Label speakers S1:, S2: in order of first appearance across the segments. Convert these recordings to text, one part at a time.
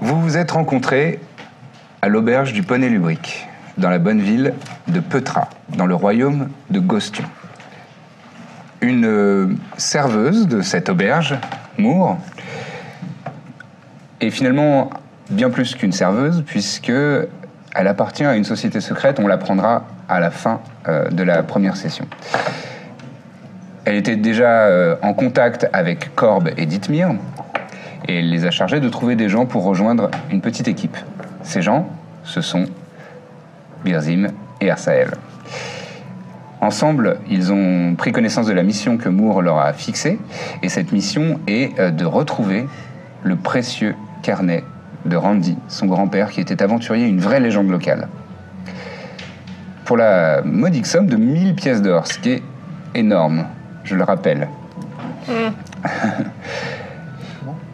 S1: Vous vous êtes rencontrés à l'auberge du Poney Lubrique, dans la bonne ville de Petra, dans le royaume de Gostion. Une euh, serveuse de cette auberge, Moore, est finalement bien plus qu'une serveuse, puisque elle appartient à une société secrète, on l'apprendra à la fin euh, de la première session. Elle était déjà euh, en contact avec Corbe et Dithmir et elle les a chargés de trouver des gens pour rejoindre une petite équipe. Ces gens, ce sont Birzim et Arsael. Ensemble, ils ont pris connaissance de la mission que Moore leur a fixée, et cette mission est euh, de retrouver le précieux carnet de Randy, son grand-père, qui était aventurier, une vraie légende locale. Pour la modique somme de 1000 pièces d'or, ce qui est énorme, je le rappelle.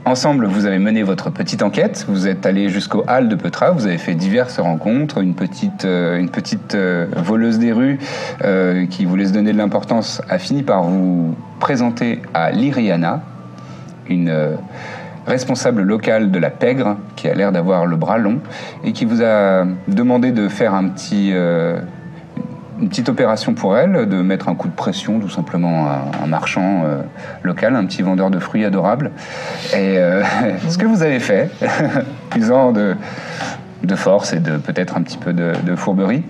S1: Ensemble, vous avez mené votre petite enquête, vous êtes allé jusqu'au hall de Petra, vous avez fait diverses rencontres, une petite, euh, une petite euh, voleuse des rues euh, qui voulait se donner de l'importance a fini par vous présenter à Liriana, une euh, responsable locale de la pègre qui a l'air d'avoir le bras long et qui vous a demandé de faire un petit, euh, une petite opération pour elle, de mettre un coup de pression tout simplement à un marchand euh, local, un petit vendeur de fruits adorable. Et euh, ce que vous avez fait, usant de, de force et de peut-être un petit peu de, de fourberie,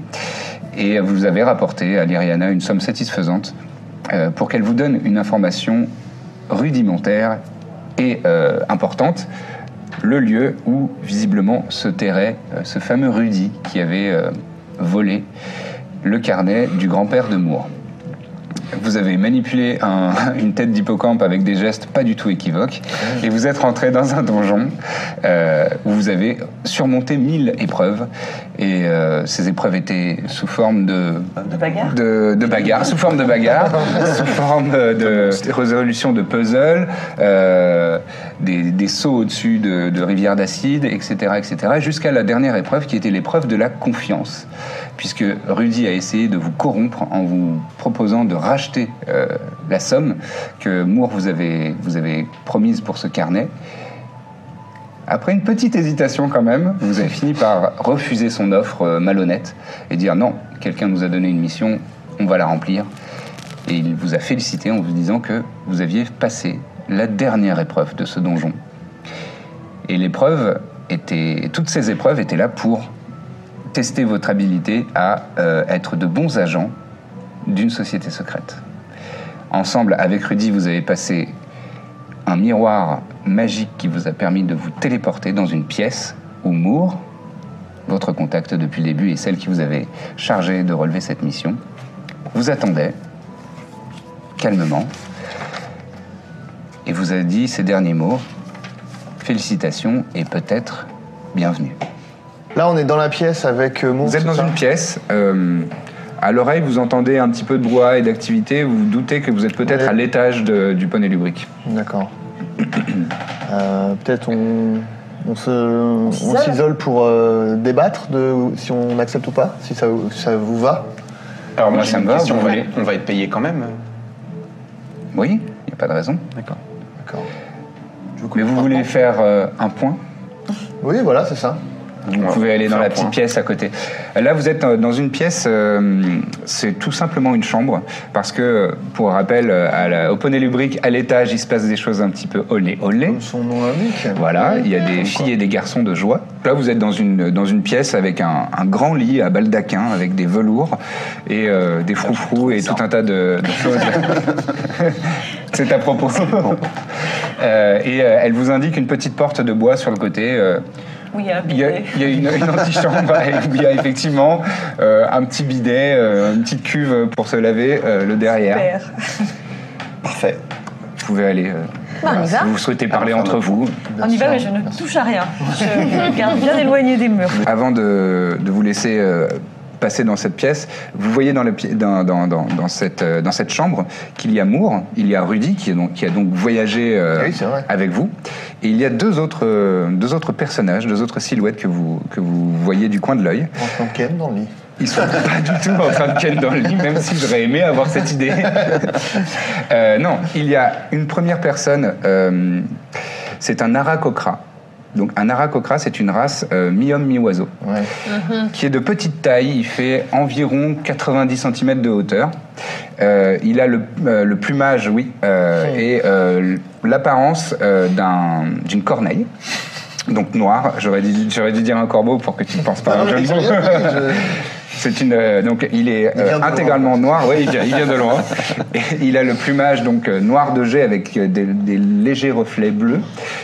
S1: et vous avez rapporté à Liriana une somme satisfaisante euh, pour qu'elle vous donne une information rudimentaire et euh, importante, le lieu où visiblement se terrait euh, ce fameux Rudy qui avait euh, volé le carnet du grand-père de Moore. Vous avez manipulé un- une tête d'hippocampe avec des gestes pas du tout équivoques et vous êtes rentré dans un donjon euh, où vous avez surmonté 1000 épreuves et euh, ces épreuves étaient sous forme de, de bagarre, sous forme de bagarre, sous forme euh, de résolution de puzzle, euh, des, des sauts au-dessus de, de rivières d'acide, etc., etc., jusqu'à la dernière épreuve qui était l'épreuve de la confiance puisque Rudy a essayé de vous corrompre en vous proposant de racheter euh, la somme que Moore vous avait, vous avait promise pour ce carnet. Après une petite hésitation quand même, vous avez fini par refuser son offre euh, malhonnête et dire non, quelqu'un nous a donné une mission, on va la remplir. Et il vous a félicité en vous disant que vous aviez passé la dernière épreuve de ce donjon. Et l'épreuve était, toutes ces épreuves étaient là pour tester votre habilité à euh, être de bons agents d'une société secrète. Ensemble, avec Rudy, vous avez passé un miroir magique qui vous a permis de vous téléporter dans une pièce où Moore, votre contact depuis le début et celle qui vous avait chargé de relever cette mission, vous attendait calmement et vous a dit ces derniers mots Félicitations et peut-être bienvenue.
S2: Là, on est dans la pièce avec euh, Moore,
S1: Vous êtes
S2: c'est
S1: dans
S2: ça
S1: une pièce. euh, à l'oreille, vous entendez un petit peu de bruit et d'activité. Vous vous doutez que vous êtes peut-être
S2: Ouais.
S1: à l'étage de- du poney lubrique.
S2: D'accord. Euh, Peut-être on, on se- on s'isole pour euh, débattre de si on accepte ou pas, si ça, ça vous va.
S3: Alors
S1: Moi,
S3: j'ai
S1: ça
S3: une
S1: me va,
S3: question.
S1: vous
S3: on, va
S1: voulez.
S3: on va être payé quand même. euh,
S1: Oui, il n'y a pas de raison.
S3: D'accord.
S2: D'accord.
S1: Mais vous voulez faire euh, un point
S2: Oui, voilà, c'est ça.
S1: Vous
S3: Ouais,
S1: pouvez aller
S3: on
S1: dans
S3: fait
S1: la
S3: un
S1: petite
S3: point.
S1: pièce à côté. Là, vous êtes euh, dans une pièce, euh, c'est tout simplement une chambre, parce que, pour rappel, euh, à la, au Poney Lubrique, à l'étage, il se passe des choses un petit peu olé olé.
S2: Comme son nom l'indique.
S1: Voilà, il y a des filles et des garçons de joie. Là, vous êtes dans une, dans une pièce avec un, un grand lit à baldaquin, avec des velours et euh, des froufrous et tout un tas de, de choses. C'est à propos. Euh, et euh, elle vous indique une petite porte de bois sur le côté. euh,
S4: Oui, hein. à
S1: il y, a,
S4: bidet.
S1: il y a une, une antichambre avec- où il y a effectivement euh, un petit bidet, euh, une petite cuve pour se laver euh, le derrière.
S4: Père.
S3: Parfait.
S1: Vous pouvez aller. euh,
S5: Bah, on y
S1: si
S5: va.
S1: vous souhaitez parler entre vous.
S4: On y va, mais je ne touche à rien. Je me garde bien éloigné des murs.
S1: Avant de, de vous laisser euh, passer dans cette pièce, vous voyez dans, le pi- dans, dans- dans- dans cette, euh, dans cette chambre qu'il y a Moore, il y a Rudy qui, est donc, qui a donc voyagé euh,
S2: Ah oui, c'est vrai.
S1: avec vous, et il y a deux autres, euh, deux autres personnages, deux autres silhouettes que vous, que vous voyez du coin de l'œil.
S2: Franchement, Ken dans le lit.
S1: Ils sont pas du tout en train de ken dans le lit, même si j'aurais aimé avoir cette idée. Euh, non, il y a une première personne, euh, c'est un aracocra. Donc un aracocra, c'est une race euh, mi-homme, mi-oiseau,
S2: Ouais.
S1: qui est de petite taille, il fait environ 90 cm de hauteur. Euh, il a le, euh, le plumage, oui, euh, et euh, l'apparence euh, d'un- d'une corneille. Donc noire, j'aurais dû, j'aurais dû dire un corbeau pour que tu ne penses pas à un jeu de mots. C'est une euh, donc il est
S2: Il vient
S1: euh,
S2: de
S1: intégralement noir. Oui, il vient, il vient de loin. Et il a le plumage donc euh, noir de jet avec euh, des, des légers reflets bleus.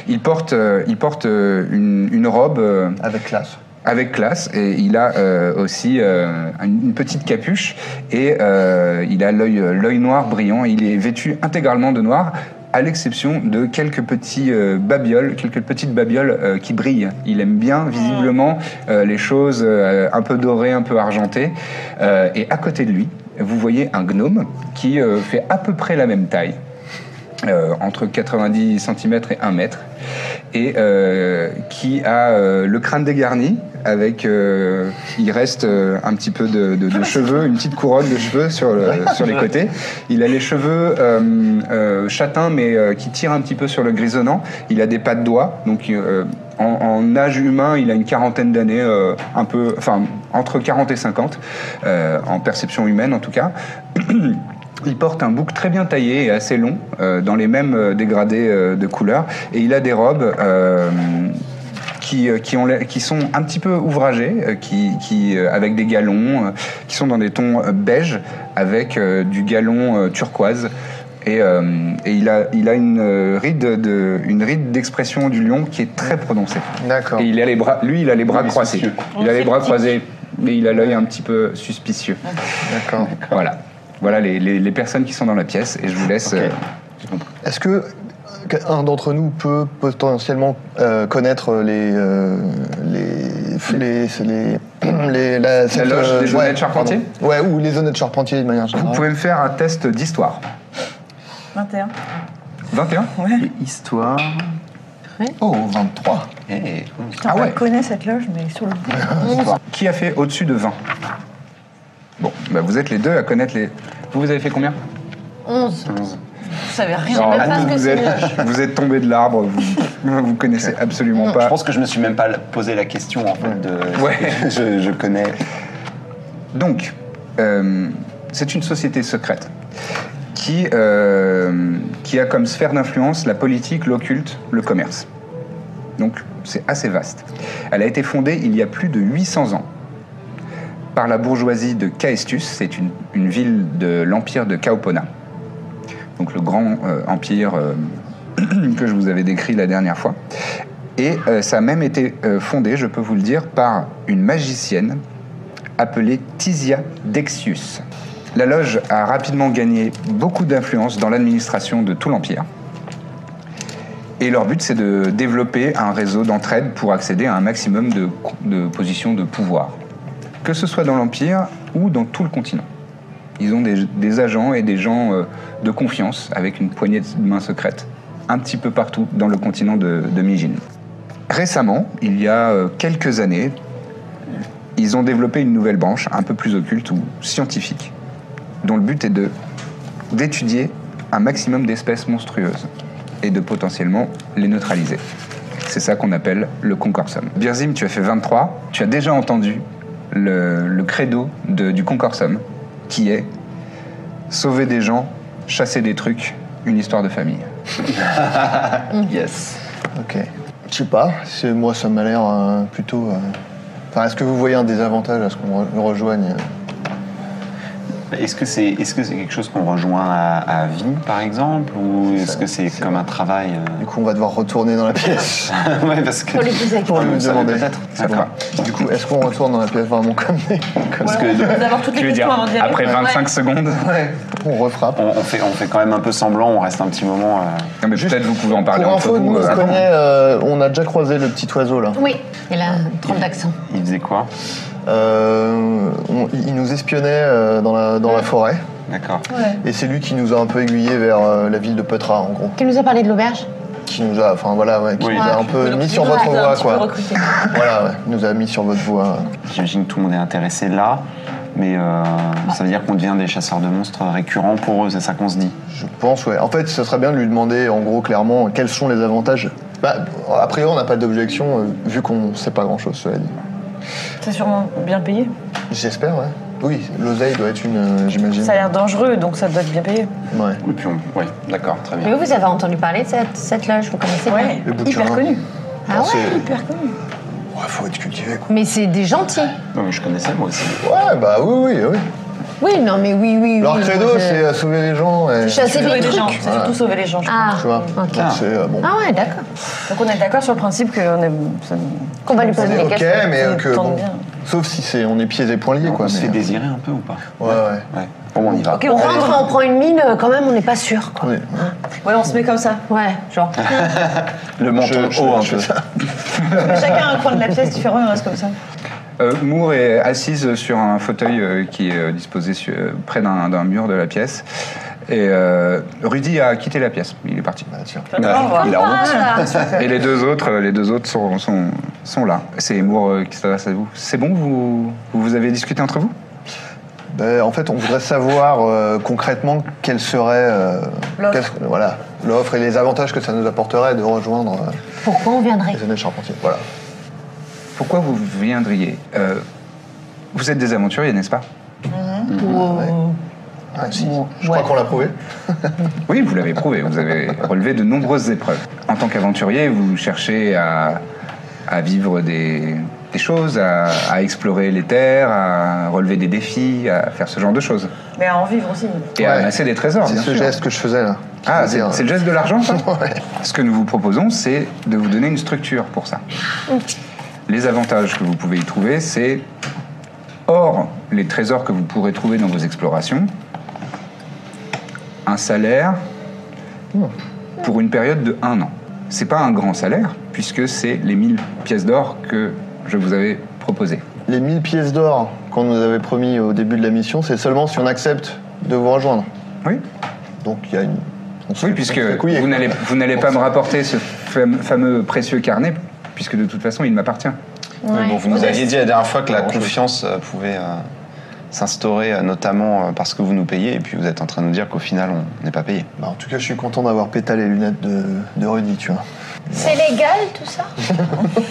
S1: Il porte euh, il porte euh, une, une robe euh,
S2: Avec classe.
S1: avec classe et il a euh, aussi euh, une une petite capuche et euh, il a l'œil l'œil noir brillant. Il est vêtu intégralement de noir à l'exception de quelques petits euh, babioles, quelques petites babioles euh, qui brillent. Il aime bien visiblement euh, les choses euh, un peu dorées, un peu argentées. Euh, et à côté de lui, vous voyez un gnome qui euh, fait à peu près la même taille. euh, entre 90 cm et 1 mètre, et euh, qui a euh, le crâne dégarni, avec, euh, il reste euh, un petit peu de, de- de cheveux, une petite couronne de cheveux sur, le- sur les côtés. Il a les cheveux euh, euh, châtains, mais euh, qui tirent un petit peu sur le grisonnant. Il a des pas de doigts, donc euh, en, en âge humain, il a une quarantaine d'années, euh, un peu, enfin entre 40 et 50, euh, en perception humaine en tout cas. Il porte un bouc très bien taillé et assez long, euh, dans les mêmes euh, dégradés euh, de couleurs, et il a des robes euh, qui, euh, qui, ont l'air- qui sont un petit peu ouvragées, euh, qui, qui, euh, avec des galons, euh, qui sont dans des tons euh, beige, avec euh, du galon euh, turquoise. Et, euh, et il a, il a une, euh, ride de, une ride d'expression du lion qui est très prononcée.
S2: D'accord.
S1: Et il a les bras, lui, il a les bras
S3: Il est
S1: croisés.
S3: soucieux.
S1: Il a les bras croisés, mais il a l'œil un petit peu suspicieux.
S2: D'accord.
S1: Voilà. Voilà les, les- les personnes qui sont dans la pièce et je vous laisse. euh,
S2: Est-ce que un d'entre nous peut potentiellement euh, connaître les, euh, les, les, les, les- la, cette,
S1: loge
S2: euh,
S1: des
S2: ouais,
S1: honnêtes charpentiers
S2: pardon. Ouais, ou les honnêtes charpentiers de manière
S1: Vous
S2: générale.
S1: pouvez me faire un test d'histoire.
S4: 21.
S1: 21
S3: Histoire.
S2: Oh, 23.
S3: Eh, onze.
S4: Putain,
S1: Ah
S4: je
S1: ouais.
S4: connais cette loge, mais sur le bout.
S1: Qui a fait au-dessus de 20 Bon, bah vous êtes les deux à connaître les. Vous, vous avez fait combien
S5: 11.
S4: Vous savez rien.
S5: Non. même
S1: vous,
S5: pas ce que
S1: vous
S5: c'est une
S1: êtes, vous êtes tombé de l'arbre, vous, vous connaissez absolument
S3: Je
S1: pas.
S3: pense que je me suis même pas posé la question en fait de.
S1: Ouais.
S3: je, je connais.
S1: Donc, euh, c'est une société secrète qui, euh, qui a comme sphère d'influence la politique, l'occulte, le commerce. Donc, c'est assez vaste. Elle a été fondée il y a plus de 800 ans par la bourgeoisie de Caestus, c'est une, une ville de l'empire de Kaopona, donc le grand euh, empire euh, que je vous avais décrit la dernière fois. Et euh, ça a même été euh, fondé, je peux vous le dire, par une magicienne appelée Tisia Dexius. La loge a rapidement gagné beaucoup d'influence dans l'administration de tout l'Empire. Et leur but, c'est de développer un réseau d'entraide pour accéder à un maximum de, de positions de pouvoir, que ce soit dans l'Empire ou dans tout le continent. Ils ont des, des agents et des gens euh, de confiance avec une poignée de main secrète, un petit peu partout dans le continent de, de Mijin. Récemment, il y a euh, quelques années, ils ont développé une nouvelle branche, un peu plus occulte ou scientifique, dont le but est de d'étudier un maximum d'espèces monstrueuses et de potentiellement les neutraliser. C'est ça qu'on appelle le concorsum. Birzim, tu as fait 23. Tu as déjà entendu le, le credo de- du concorsum, qui est sauver des gens, chasser des trucs, une histoire de famille.
S3: Yes.
S2: Ok. Je sais pas, c'est- moi ça m'a l'air euh, plutôt. euh, Enfin, est-ce que vous voyez un désavantage à ce qu'on re- rejoigne euh,
S3: Est-ce que c'est est -ce que c'est quelque chose qu'on rejoint à, à vie, par exemple Ou
S2: C'est
S3: est-ce
S2: ça,
S3: que c'est
S2: c'est
S3: comme
S2: vrai.
S3: un travail
S2: Du coup, on va devoir retourner dans la pièce
S3: euh, ouais, parce que,
S5: Pour lui poser la
S2: pour
S5: question.
S2: lui
S3: Ça va
S2: demander.
S3: peut-être.
S2: C'est bon. Du coup, est-ce qu'on retourne dans la pièce vraiment comme des. comme-
S3: parce que donc,
S4: D'avoir toutes les
S1: Tu veux
S4: questions
S1: dire,
S4: avant d'y aller.
S1: après 25 secondes
S2: On refrappe.
S3: on, on fait, on fait quand même un peu semblant, on reste un petit moment. euh,
S1: Non, mais peut-être vous pouvez en parler
S2: Pour
S1: entre
S2: info,
S1: vous.
S2: nous, on,
S1: euh,
S2: se connaît, euh, on a déjà croisé le petit oiseau là.
S5: Oui, il a 30 d'accent.
S3: il faisait quoi
S2: Euh, on- il il nous espionnait euh, dans, la, dans la forêt.
S3: D'accord.
S4: Ouais.
S2: Et c'est lui qui nous a un peu aiguillé vers euh, la ville de Petra, en gros.
S5: Tu nous as parlé de l'auberge
S2: Qui nous a, enfin voilà, ouais, qui
S3: Oui.
S2: nous a un peu
S1: euh,
S4: Donc,
S2: mis
S4: il
S2: sur
S4: nous a
S2: votre
S4: un
S2: voie,
S4: petit peu
S2: quoi.
S4: recruté.
S2: Voilà, ouais, il nous a mis sur votre voie.
S3: J'imagine que tout le monde est intéressé là, mais euh, ça veut dire qu'on devient des chasseurs de monstres récurrents pour eux, c'est ça qu'on se dit.
S2: Je pense, ouais. En fait, ce serait bien de lui demander, en gros, clairement, quels sont les avantages. Bah, a priori, on n'a pas d'objection, euh, vu qu'on sait pas grand-chose, cela dit.
S4: C'est sûrement bien payé.
S2: J'espère, ouais. Oui, l'oseille doit être une, euh, j'imagine.
S4: Ça a l'air dangereux, donc ça doit être bien payé.
S2: Ouais.
S3: Oui, puis on... Oui, d'accord, très
S5: Mais vous, vous avez entendu parler de cette, cette loge, vous connaissez bien.
S4: Ouais,
S2: Le bouquin.
S4: hyper connu.
S5: Ah ouais
S2: C'est-
S4: Hyper connu.
S2: Ouais, faut être cultivé, quoi.
S5: Mais c'est des gentils.
S3: Non, mais je connaissais moi aussi.
S2: Ouais, bah oui, oui, oui.
S5: Oui, non, mais oui, oui.
S2: Leur
S5: oui,
S2: credo,
S5: je-
S2: c'est euh, sauver les gens et.
S5: Chasser
S4: Sauver
S5: les
S4: les
S5: trucs.
S4: gens, c'est surtout sauver les gens. je
S5: Ah,
S2: Tu vois
S5: ok.
S2: Donc, C'est euh, bon.
S5: Ah ouais, d'accord.
S4: crois. Donc on est d'accord sur le principe qu'on est. ça-
S5: Qu'on va lui poser
S2: C'est
S5: des
S2: ok,
S5: questions.
S2: mais
S4: ça
S2: euh, que
S4: tombe
S2: bon.
S4: bien.
S2: Sauf si c'est on est pieds et poings liés,
S3: On
S2: quoi.
S3: se
S2: mais-
S3: fait désirer un peu ou pas
S2: Ouais, ouais.
S3: euh, Ouais. Bon, on y va.
S4: Ok,
S5: On
S4: on rentre.
S5: rentre, on prend une mine, euh, quand même, on n'est pas sûr. quoi.
S2: On est-
S4: Ouais, on se met comme ça.
S5: Ouais, genre.
S3: Le menton
S2: je-
S3: haut oh, un
S2: je fais
S3: peu.
S2: ça.
S4: Chacun un coin de la pièce différent, on reste comme ça.
S1: Euh, Moore est assise sur un fauteuil euh, qui est euh, disposé sur- euh, près d'un d'un mur de la pièce. Et euh, Rudy a quitté la pièce, il est parti.
S2: Ah, tiens.
S3: Bah, il a honte.
S1: Et les deux autres, euh, les deux autres sont, sont, sont là. C'est Moore euh, qui s'adresse à vous. C'est bon, vous, vous vous avez discuté entre vous
S2: Ben, en fait, on voudrait savoir euh, concrètement quelle serait euh,
S4: L'offre.
S2: quelle- voilà, l'offre et les avantages que ça nous apporterait de rejoindre euh,
S5: Pourquoi on viendrait
S2: les années Charpentier. Voilà.
S1: Pourquoi vous viendriez Euh, Vous êtes des aventuriers, n'est-ce pas
S2: Ah, si. Je crois qu'on l'a prouvé.
S1: Oui, vous l'avez prouvé, vous avez relevé de nombreuses épreuves. En tant qu'aventurier, vous cherchez à, à vivre des, des choses, à, à explorer les terres, à relever des défis, à faire ce genre de choses.
S4: Mais à en vivre aussi.
S1: Et à
S2: Ouais.
S1: amasser des trésors,
S2: C'est
S1: bien
S2: ce
S1: sûr.
S2: geste que je euh, faisais là.
S1: Ah, c'est c'est le geste de l'argent, ça
S2: Ouais.
S1: Ce que nous vous proposons, c'est de vous donner une structure pour ça. Les avantages que vous pouvez y trouver, c'est, hors les trésors que vous pourrez trouver dans vos explorations, un salaire pour une période de un an. C'est pas un grand salaire, puisque c'est les 1000 pièces d'or que je vous avais proposées.
S2: Les 1000 pièces d'or qu'on nous avait promis au début de la mission, c'est seulement si on accepte de vous rejoindre.
S1: Oui
S2: Donc il y a une. on se
S1: Oui,
S2: fait-
S1: puisque
S2: on se fait couiller,
S1: vous
S2: quoi.
S1: n'allez vous n'allez pas me rapporter ce fam- fameux précieux carnet, puisque de toute façon, il m'appartient.
S3: Oui, bon, vous nous aviez dit la dernière fois que la
S2: Grand-chose.
S3: confiance euh, pouvait euh, s'instaurer, euh, notamment euh, parce que vous nous payez, et puis vous êtes en train de nous dire qu'au final, on n'est pas payé.
S2: Bah, en tout cas, je suis content d'avoir pété les lunettes de, de Rudy, tu vois.
S5: C'est légal tout ça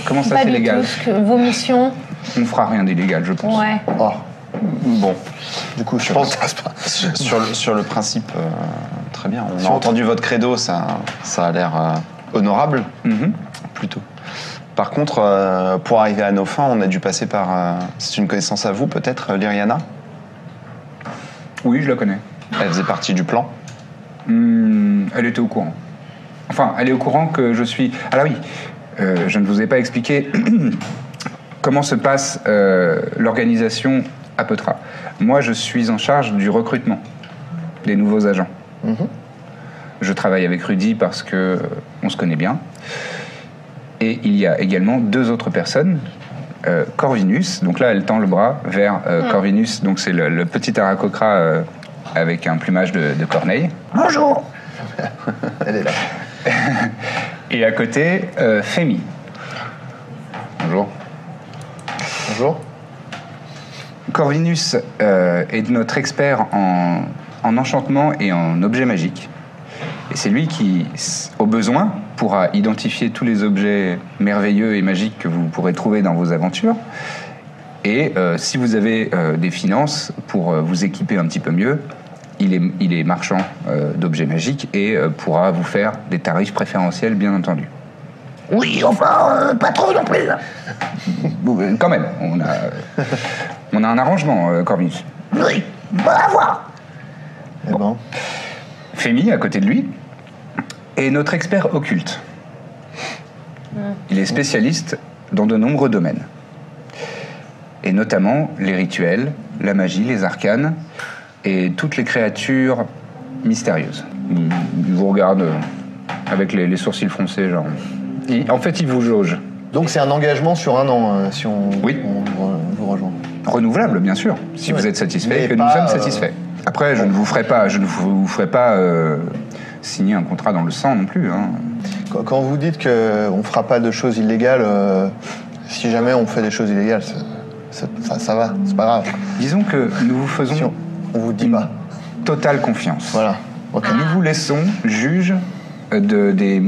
S1: Comment ça,
S5: Pas
S1: c'est
S5: du
S1: légal
S5: tout. ce que- vos missions
S1: On fera rien d'illégal, je pense.
S5: Ouais.
S2: Oh,
S3: Bon,
S2: du coup, je,
S3: Je pense-
S2: ça se passe pas.
S3: sur le, sur le principe, euh, très bien. On
S2: Si
S3: a
S2: on-
S3: entendu votre credo, ça, ça a l'air euh, honorable,
S1: Mhm.
S3: plutôt. Par contre, euh, pour arriver à nos fins, on a dû passer par. euh, c'est une connaissance à vous, peut-être, euh, Lyriana
S1: Oui, je la connais.
S3: Elle faisait partie du plan.
S1: Hmm, elle était au courant. Enfin, elle est au courant que je suis. Ah là oui, euh, je ne vous ai pas expliqué comment se passe euh, l'organisation à Petra. Moi, je suis en charge du recrutement des nouveaux agents. Je travaille avec Rudy parce que euh, on se connaît bien. Et il y a également deux autres personnes. euh, Corvinus, donc là elle tend le bras vers euh, Corvinus, donc c'est le, le petit aracocra euh, avec un plumage de, de corneille. Bonjour
S2: Elle est là.
S1: Et à côté, euh, Femi. Bonjour.
S2: Bonjour.
S1: Corvinus euh, est notre expert en, en enchantement et en objets magiques. Et c'est lui qui, s- au besoin, pourra identifier tous les objets merveilleux et magiques que vous pourrez trouver dans vos aventures. Et euh, si vous avez euh, des finances pour euh, vous équiper un petit peu mieux, il est, il est marchand euh, d'objets magiques et euh, pourra vous faire des tarifs préférentiels, bien entendu. Oui, enfin, euh, pas trop non plus. hein. euh, Quand même, on a, on a un arrangement, euh, Corvinus. Oui, bah, à voir.
S2: Eh ben,
S1: Fémi à côté de lui est notre expert occulte. Il est spécialiste dans de nombreux domaines. Et notamment les rituels, la magie, les arcanes et toutes les créatures mystérieuses. Il il vous regarde euh, avec les, les sourcils froncés, genre. Il- en fait, il vous jauge.
S2: Donc c'est un engagement sur un an euh, si on,
S1: Oui.
S2: on re- vous rejoint.
S1: Renouvelable, bien sûr, si
S2: Ouais.
S1: vous êtes satisfait
S2: Mais
S1: et que nous
S2: pas,
S1: sommes
S2: euh,
S1: satisfaits. Après, je ne vous ferai pas, je ne vous, vous ferai pas euh, signer un contrat dans le sang non plus. hein.
S2: Quand, quand vous dites qu'on ne fera pas de choses illégales, euh, si jamais on fait des choses illégales, c'est- c'est- ça, ça va, c'est pas grave.
S1: Disons que nous vous faisons
S2: Si on, on vous dit
S1: une
S2: pas.
S1: totale confiance.
S2: Voilà. Ok.
S1: Nous vous laissons juge euh, de, des,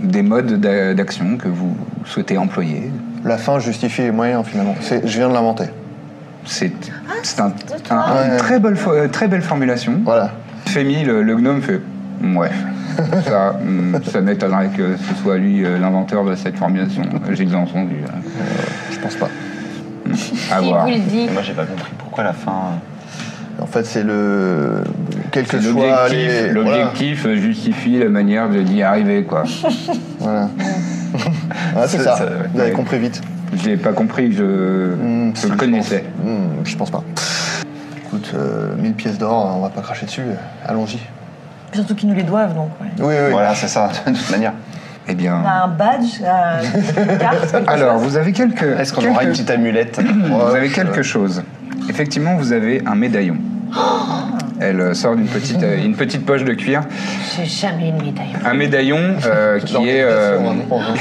S1: des modes d'a- d'action que vous souhaitez employer.
S2: La fin justifie les moyens finalement. C'est- Je viens de l'inventer.
S1: C'est c'est un-
S5: Ah, toi.
S1: un- une
S2: Ouais.
S1: très, belle, fo- euh, très belle formulation.
S2: Voilà.
S1: Fémi, le, le gnome, fait mm, Ouais. Ça, hum, ça m'étonnerait que ce soit lui euh, l'inventeur de cette formulation. J'ai déjà entendu. hein.
S2: Je pense pas.
S1: À
S5: Il
S1: voir.
S5: vous le dit.
S3: Et moi, j'ai pas compris pourquoi la fin. euh,
S2: En fait, c'est le. Quel que
S1: C'est
S2: soit.
S1: L'objectif
S2: les-
S1: l'objectif, euh, justifie la manière de- d'y arriver, quoi.
S2: Voilà. voilà. Ah, c'est
S3: C'est-
S2: ça.
S3: ça, ouais.
S2: Vous avez
S1: Ouais.
S2: compris vite.
S1: J'ai pas compris, je,
S2: Hmm,
S1: je
S2: si,
S1: le connaissais.
S2: pense. Hmm, je pense pas. Écoute, euh, 1000 pièces d'or, on va pas cracher dessus. Allons-y.
S4: Surtout qu'ils nous les doivent, donc. ouais.
S2: Oui, oui.
S3: Voilà, c'est ça, de toute manière.
S1: Eh bien.
S4: On a un badge, euh, une carte. quelque
S1: Alors,
S4: chose.
S1: vous avez quelques.
S3: Est-ce qu'on aura une
S1: quelques-
S3: petite euh, amulette
S1: Vous avez quelque chose. Effectivement, vous avez un médaillon. Elle euh, sort d'une petite, euh, une petite poche de cuir.
S5: J'ai jamais une médaille.
S1: Un médaillon euh, qui, est, euh,
S3: hein.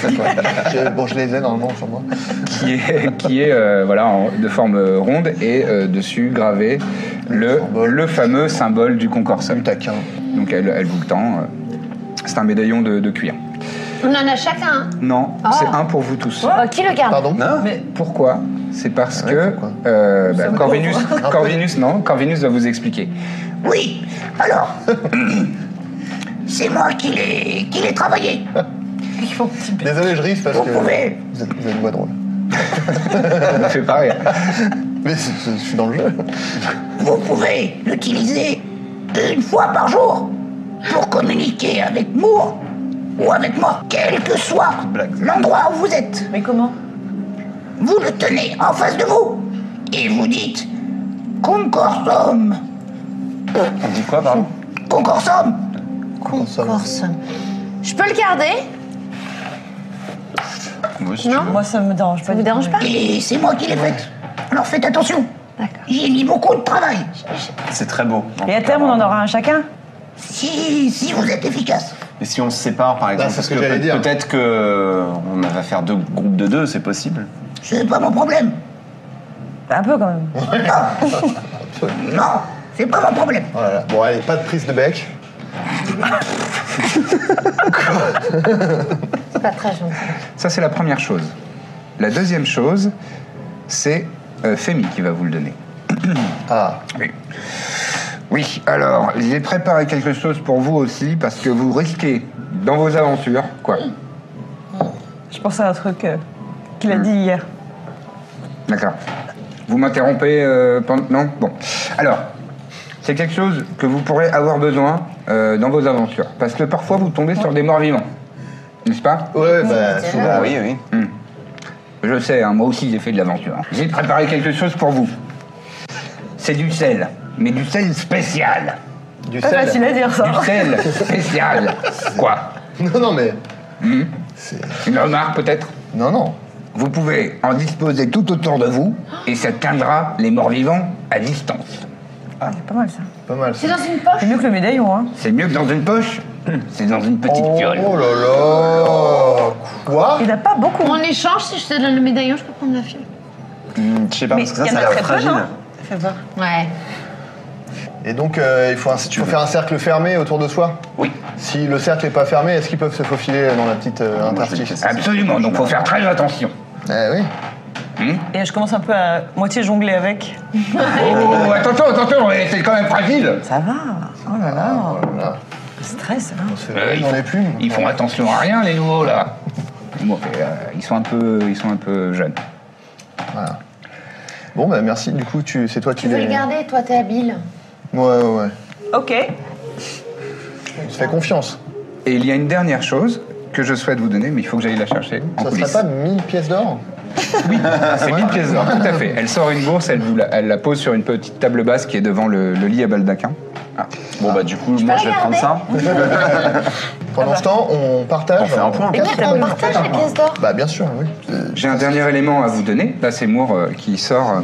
S2: Bon, je les ai normalement sur moi.
S1: qui est, qui est euh, voilà, en- de forme euh, ronde et euh, dessus gravé le,
S2: symbole.
S1: le fameux symbole du concorsum.
S2: Du taquin.
S1: Donc elle, elle vous le tend. euh. C'est un médaillon de, de cuir.
S5: On en a chacun.
S1: Non,
S5: Ah.
S1: c'est un pour vous tous.
S5: Euh, qui le garde
S2: Pardon
S3: Non
S4: Mais
S1: Pourquoi C'est parce
S2: Ouais,
S1: que
S2: pourquoi
S1: euh, bah,
S4: sommes
S1: Corvinus, Corvinus, non, Corvinus va vous expliquer. Oui, alors, c'est moi qui l'ai, qui l'ai travaillé.
S4: ils font petit bébé.
S2: Désolé, je ris parce
S1: Vous
S2: que.
S1: pouvez.
S2: Vous êtes, vous êtes une voix drôle.
S1: Ça me fait pas rire.
S2: Mais c'est- c'est- je suis dans le jeu.
S6: Vous pouvez l'utiliser une fois par jour pour communiquer avec Moore ou avec moi, quel que soit l'endroit où vous êtes.
S4: Mais comment
S6: Vous le tenez en face de vous et vous dites Concorsum,
S3: On dit quoi, pardon
S6: Concorsum.
S5: Corse. Je peux le garder
S3: Moi, si
S5: Non.
S3: tu veux.
S4: Moi, ça me dérange pas.
S5: Ça vous
S4: du tout,
S5: dérange
S4: mais-
S5: pas
S6: Et c'est moi qui l'ai faite. Alors faites attention. J'y ai mis beaucoup de travail.
S3: C'est très beau.
S4: Et à terme, on en aura un chacun
S6: Si, si vous êtes efficace.
S3: Mais si on se sépare, par exemple,
S2: c'est
S3: parce
S2: ce que
S3: que,
S2: j'allais
S3: peut-
S2: dire.
S3: peut-être que on va faire deux groupes de deux, c'est possible.
S6: C'est pas mon problème.
S4: Un peu quand même.
S6: Non, c'est pas mon problème.
S2: Voilà. Oh Bon, allez, pas de prise de bec.
S5: C'est pas très gentil.
S1: Ça, c'est la première chose. La deuxième chose, c'est euh, Femi qui va vous le donner.
S2: Ah,
S1: Oui. Oui, alors, j'ai préparé quelque chose pour vous aussi, parce que vous risquez, dans vos aventures, quoi.
S4: Je pense à un truc euh, qu'il a dit hier.
S1: D'accord. Vous m'interrompez euh, pendant... Non Bon. Alors, c'est quelque chose que vous pourrez avoir besoin euh, dans vos aventures. Parce que parfois, vous tombez sur des morts vivants. N'est-ce pas
S2: ouais, bah, souvent.
S3: oui, oui.
S1: Je sais, hein, moi aussi, j'ai fait de l'aventure. hein. J'ai préparé quelque chose pour vous. C'est du sel. Mais du sel spécial.
S2: Du
S4: Pas Ah, facile
S2: sel.
S4: à dire ça.
S1: Du sel spécial. Quoi
S2: Non, non, mais.
S1: Une remarque, peut-être
S2: Non, non.
S1: Vous pouvez en disposer tout autour de vous et ça tiendra les morts vivants à distance.
S4: Ah, C'est pas mal ça.
S2: Pas mal. ça.
S5: C'est dans une poche
S4: C'est mieux que le médaillon, hein.
S1: C'est mieux que dans une poche C'est dans une petite
S2: Oh,
S1: fiole.
S2: oh là là Quoi
S4: Il a pas beaucoup.
S5: En échange, si je te donne le médaillon, je peux prendre la fiole.
S3: Je sais pas,
S4: Mais
S3: parce que ça,
S4: il y
S3: ça
S4: en a
S3: a l'air
S4: très peu,
S3: fragile.
S4: non Fais voir.
S5: Ouais.
S2: Et donc, euh, il faut, un- faut faire un cercle fermé autour de soi
S3: Oui.
S2: Si le cercle n'est pas fermé, est-ce qu'ils peuvent se faufiler dans la petite euh, interstice
S1: Absolument, donc faut faire très attention.
S2: Eh oui.
S4: Et je commence un peu à moitié jongler avec.
S1: Oh, attention, attention, eh, c'est quand même fragile.
S4: Ça va Oh là là
S2: Voilà.
S4: Stress, hein
S2: On se
S1: Euh,
S2: met
S1: ils,
S2: dans
S1: font,
S2: les plumes.
S1: ils font attention à rien, les nouveaux, là. Bon, et, euh, ils, sont un peu, ils sont un peu jeunes.
S2: Voilà. Bon, bah merci. Du coup, tu, c'est toi qui
S5: Tu veux
S2: les-
S5: le garder, toi, t'es habile.
S2: Ouais, ouais, ouais.
S4: Ok.
S2: On se fait confiance.
S1: Et il y a une dernière chose que je souhaite vous donner, mais il faut que j'aille la chercher en
S2: Ça
S1: coulisses.
S2: serait pas 1000 pièces d'or
S1: Oui, c'est mille pièces d'or, tout à fait. Elle sort une bourse, elle, vous la, elle la pose sur une petite table basse qui est devant le, le lit à baldaquin. Ah.
S3: Bon, bah, du coup, moi,
S5: peux
S3: je vais
S5: la
S3: prendre ça.
S2: Pendant ce temps, on partage.
S3: On fait un point.
S5: Mais on partage les pièces d'or.
S2: Bah, bien sûr, oui.
S1: J'ai un dernier élément à vous donner. Là, c'est Moore euh, qui sort euh,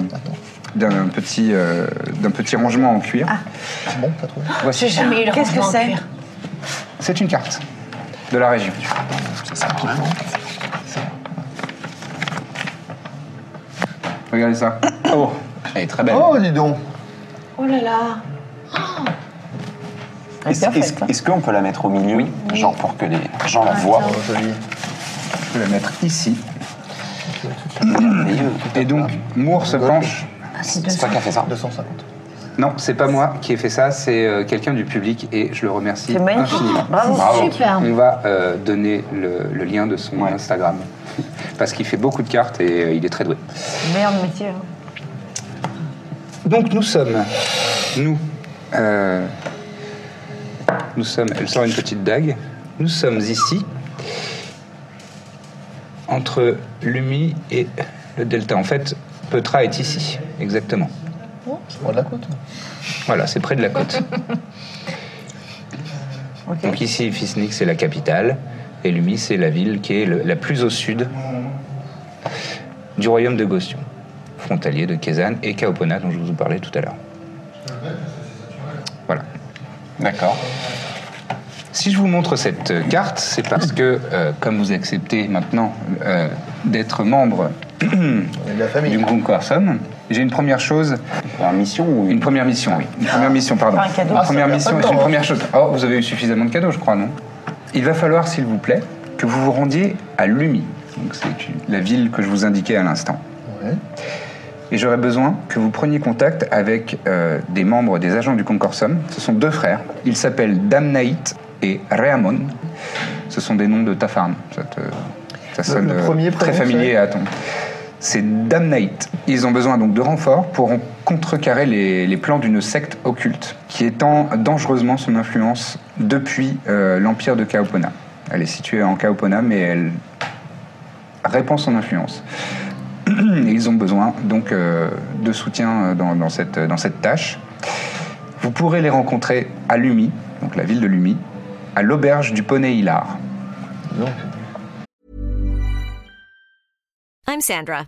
S1: d'un petit, euh, d'un petit rangement en cuir.
S2: C'est bon, t'as trouvé
S1: Voici.
S5: Jamais eu le
S4: Qu'est-ce que
S5: rangement en
S4: c'est
S5: cuir.
S1: C'est une carte de la région. Regardez ça. Oh, elle est très belle.
S2: Oh, dis donc.
S5: Oh là là.
S3: Est-ce est-ce- est-ce qu'on peut la mettre au milieu Genre pour que les
S1: Ah,
S3: gens la voient.
S2: Oh, joli.
S1: Je peux la mettre ici. Et donc, Moore se penche.
S3: C'est toi qui as fait ça.
S2: 250.
S1: Non, c'est pas moi qui ai fait ça, c'est euh, quelqu'un du public et je le remercie
S4: C'est magnifique.
S1: infiniment.
S4: Bravo.
S5: C'est super.
S1: On va euh, donner le, le lien de son Instagram parce qu'il fait beaucoup de cartes et euh, il est très doué.
S4: Merde, métier. hein.
S1: Donc nous sommes, nous, euh, nous sommes, elle sort une petite dague, nous sommes ici, entre l'UMI et le Delta. En fait, Petra est ici, exactement.
S2: C'est loin de la côte.
S1: Voilà, c'est près de la côte.
S4: Ok.
S1: Donc ici, Fisnik, c'est la capitale, et Lumi, c'est la ville qui est le- la plus au sud du royaume de Gostion, frontalier de Kezan et Kaopona, dont je vous parlais tout à l'heure. Voilà.
S3: D'accord.
S1: Si je vous montre cette euh, carte, c'est parce que, euh, comme vous acceptez maintenant euh, d'être membre euh,
S2: Et de la famille.
S1: du groupe Corsom, j'ai une première chose,
S3: La mission ou
S1: une première mission, oui. Une première mission, pardon.
S4: Pas un cadeau.
S1: Une
S4: Ah,
S2: ça
S1: première
S2: perd pas
S1: mission,
S2: de
S1: c'est
S2: temps,
S1: une
S2: hein.
S1: première chose. Oh, vous avez eu suffisamment de cadeaux, je crois, non Il va falloir, s'il vous plaît, que vous vous rendiez à Lumi. Donc c'est une- la ville que je vous indiquais à l'instant.
S2: Ouais.
S1: Et j'aurais besoin que vous preniez contact avec euh, des membres des agents du Concorsum. Ce sont deux frères. Ils s'appellent Damnaït et Réamon. Ce sont des noms de Tafarn. Ça, te- ça sonne
S2: le
S1: euh,
S2: premier
S1: très
S2: prénom,
S1: familier
S2: c'est-
S1: à ton. C'est Damnaït. Ils ont besoin donc de renforts pour en contrecarrer les, les plans d'une secte occulte qui étend dangereusement son influence depuis euh, l'empire de Kaopona. Elle est située en Kaopona, mais elle répand son influence. Et Hmm, ils ont besoin donc euh, de soutien euh, dans, dans cette, dans cette tâche. Vous pourrez les rencontrer à Lumi, donc la ville de Lumi, à l'auberge du Poney Hilar.
S7: I'm Sandra,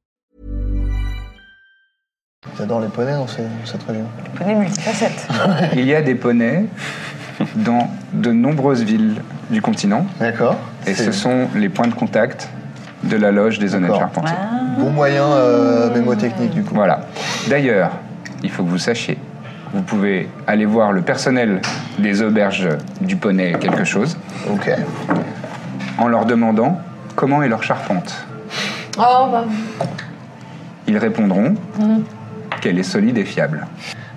S2: J'adore les poneys dans ces- dans cette région.
S4: Poney multifacette.
S1: Il y a des poneys dans de nombreuses villes du continent,
S2: D'accord.
S1: et
S2: C'est
S1: ce sont les points de contact de la loge des honnêtes
S2: D'accord.
S1: charpentiers.
S2: bon moyen euh, mémotechnique du coup.
S1: Voilà. D'ailleurs, il faut que vous sachiez, vous pouvez aller voir le personnel des auberges du Poney quelque chose
S2: Ok.
S1: en leur demandant comment est leur charpente.
S5: Oh, bah. Mm.
S1: Ils répondront qu'elle est solide et fiable.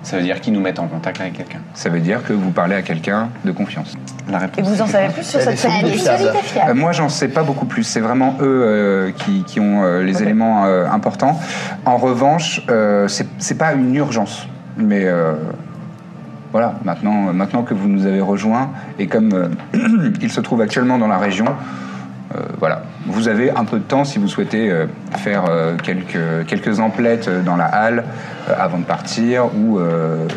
S3: Ça veut dire qu'ils nous mettent en contact avec quelqu'un.
S1: Ça veut dire que vous parlez à quelqu'un de confiance.
S3: La
S4: Et
S3: réponse.
S4: vous en savez plus sur
S2: Elle est
S4: cette
S5: Elle
S2: solide.
S4: série
S5: est solide et
S1: Euh,
S5: fiable.
S1: moi, j'en sais pas beaucoup plus. C'est vraiment eux euh, qui, qui ont euh, les éléments euh, importants. En revanche, euh, c'est c'est pas une urgence. Mais euh, voilà, maintenant, euh, maintenant que vous nous avez rejoints, et comme euh, ils se trouvent actuellement dans la région, euh, voilà, vous avez un peu de temps si vous souhaitez euh, faire euh, quelques, quelques emplettes euh, dans la halle euh, avant de partir ou. euh,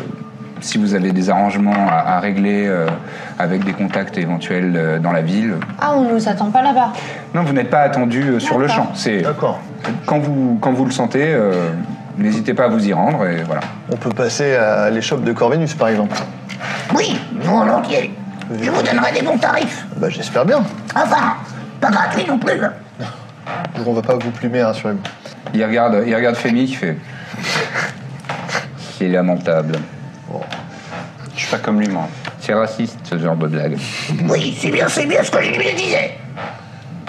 S1: si vous avez des arrangements à, à régler euh, avec des contacts éventuels euh, dans la ville.
S5: Ah, on nous attend pas là-bas.
S1: Non, vous n'êtes pas attendu euh, sur le
S5: D'accord.
S1: champ. C'est
S2: D'accord.
S1: quand vous quand vous le sentez, euh, n'hésitez pas à vous y rendre et voilà.
S2: On peut passer à l'échoppe de Corvinus, par exemple.
S6: Oui, volontiers. Je vous donnerai des bons tarifs.
S2: Bah, j'espère bien.
S6: Enfin, pas gratuit non plus.
S2: On va pas vous plumer, rassurez-vous.
S1: Il regarde il regarde Femi qui fait. C'est lamentable.
S3: Oh. Je suis pas comme lui, moi.
S1: C'est raciste ce genre de blague.
S6: Oui, c'est bien, c'est bien ce que je lui disais.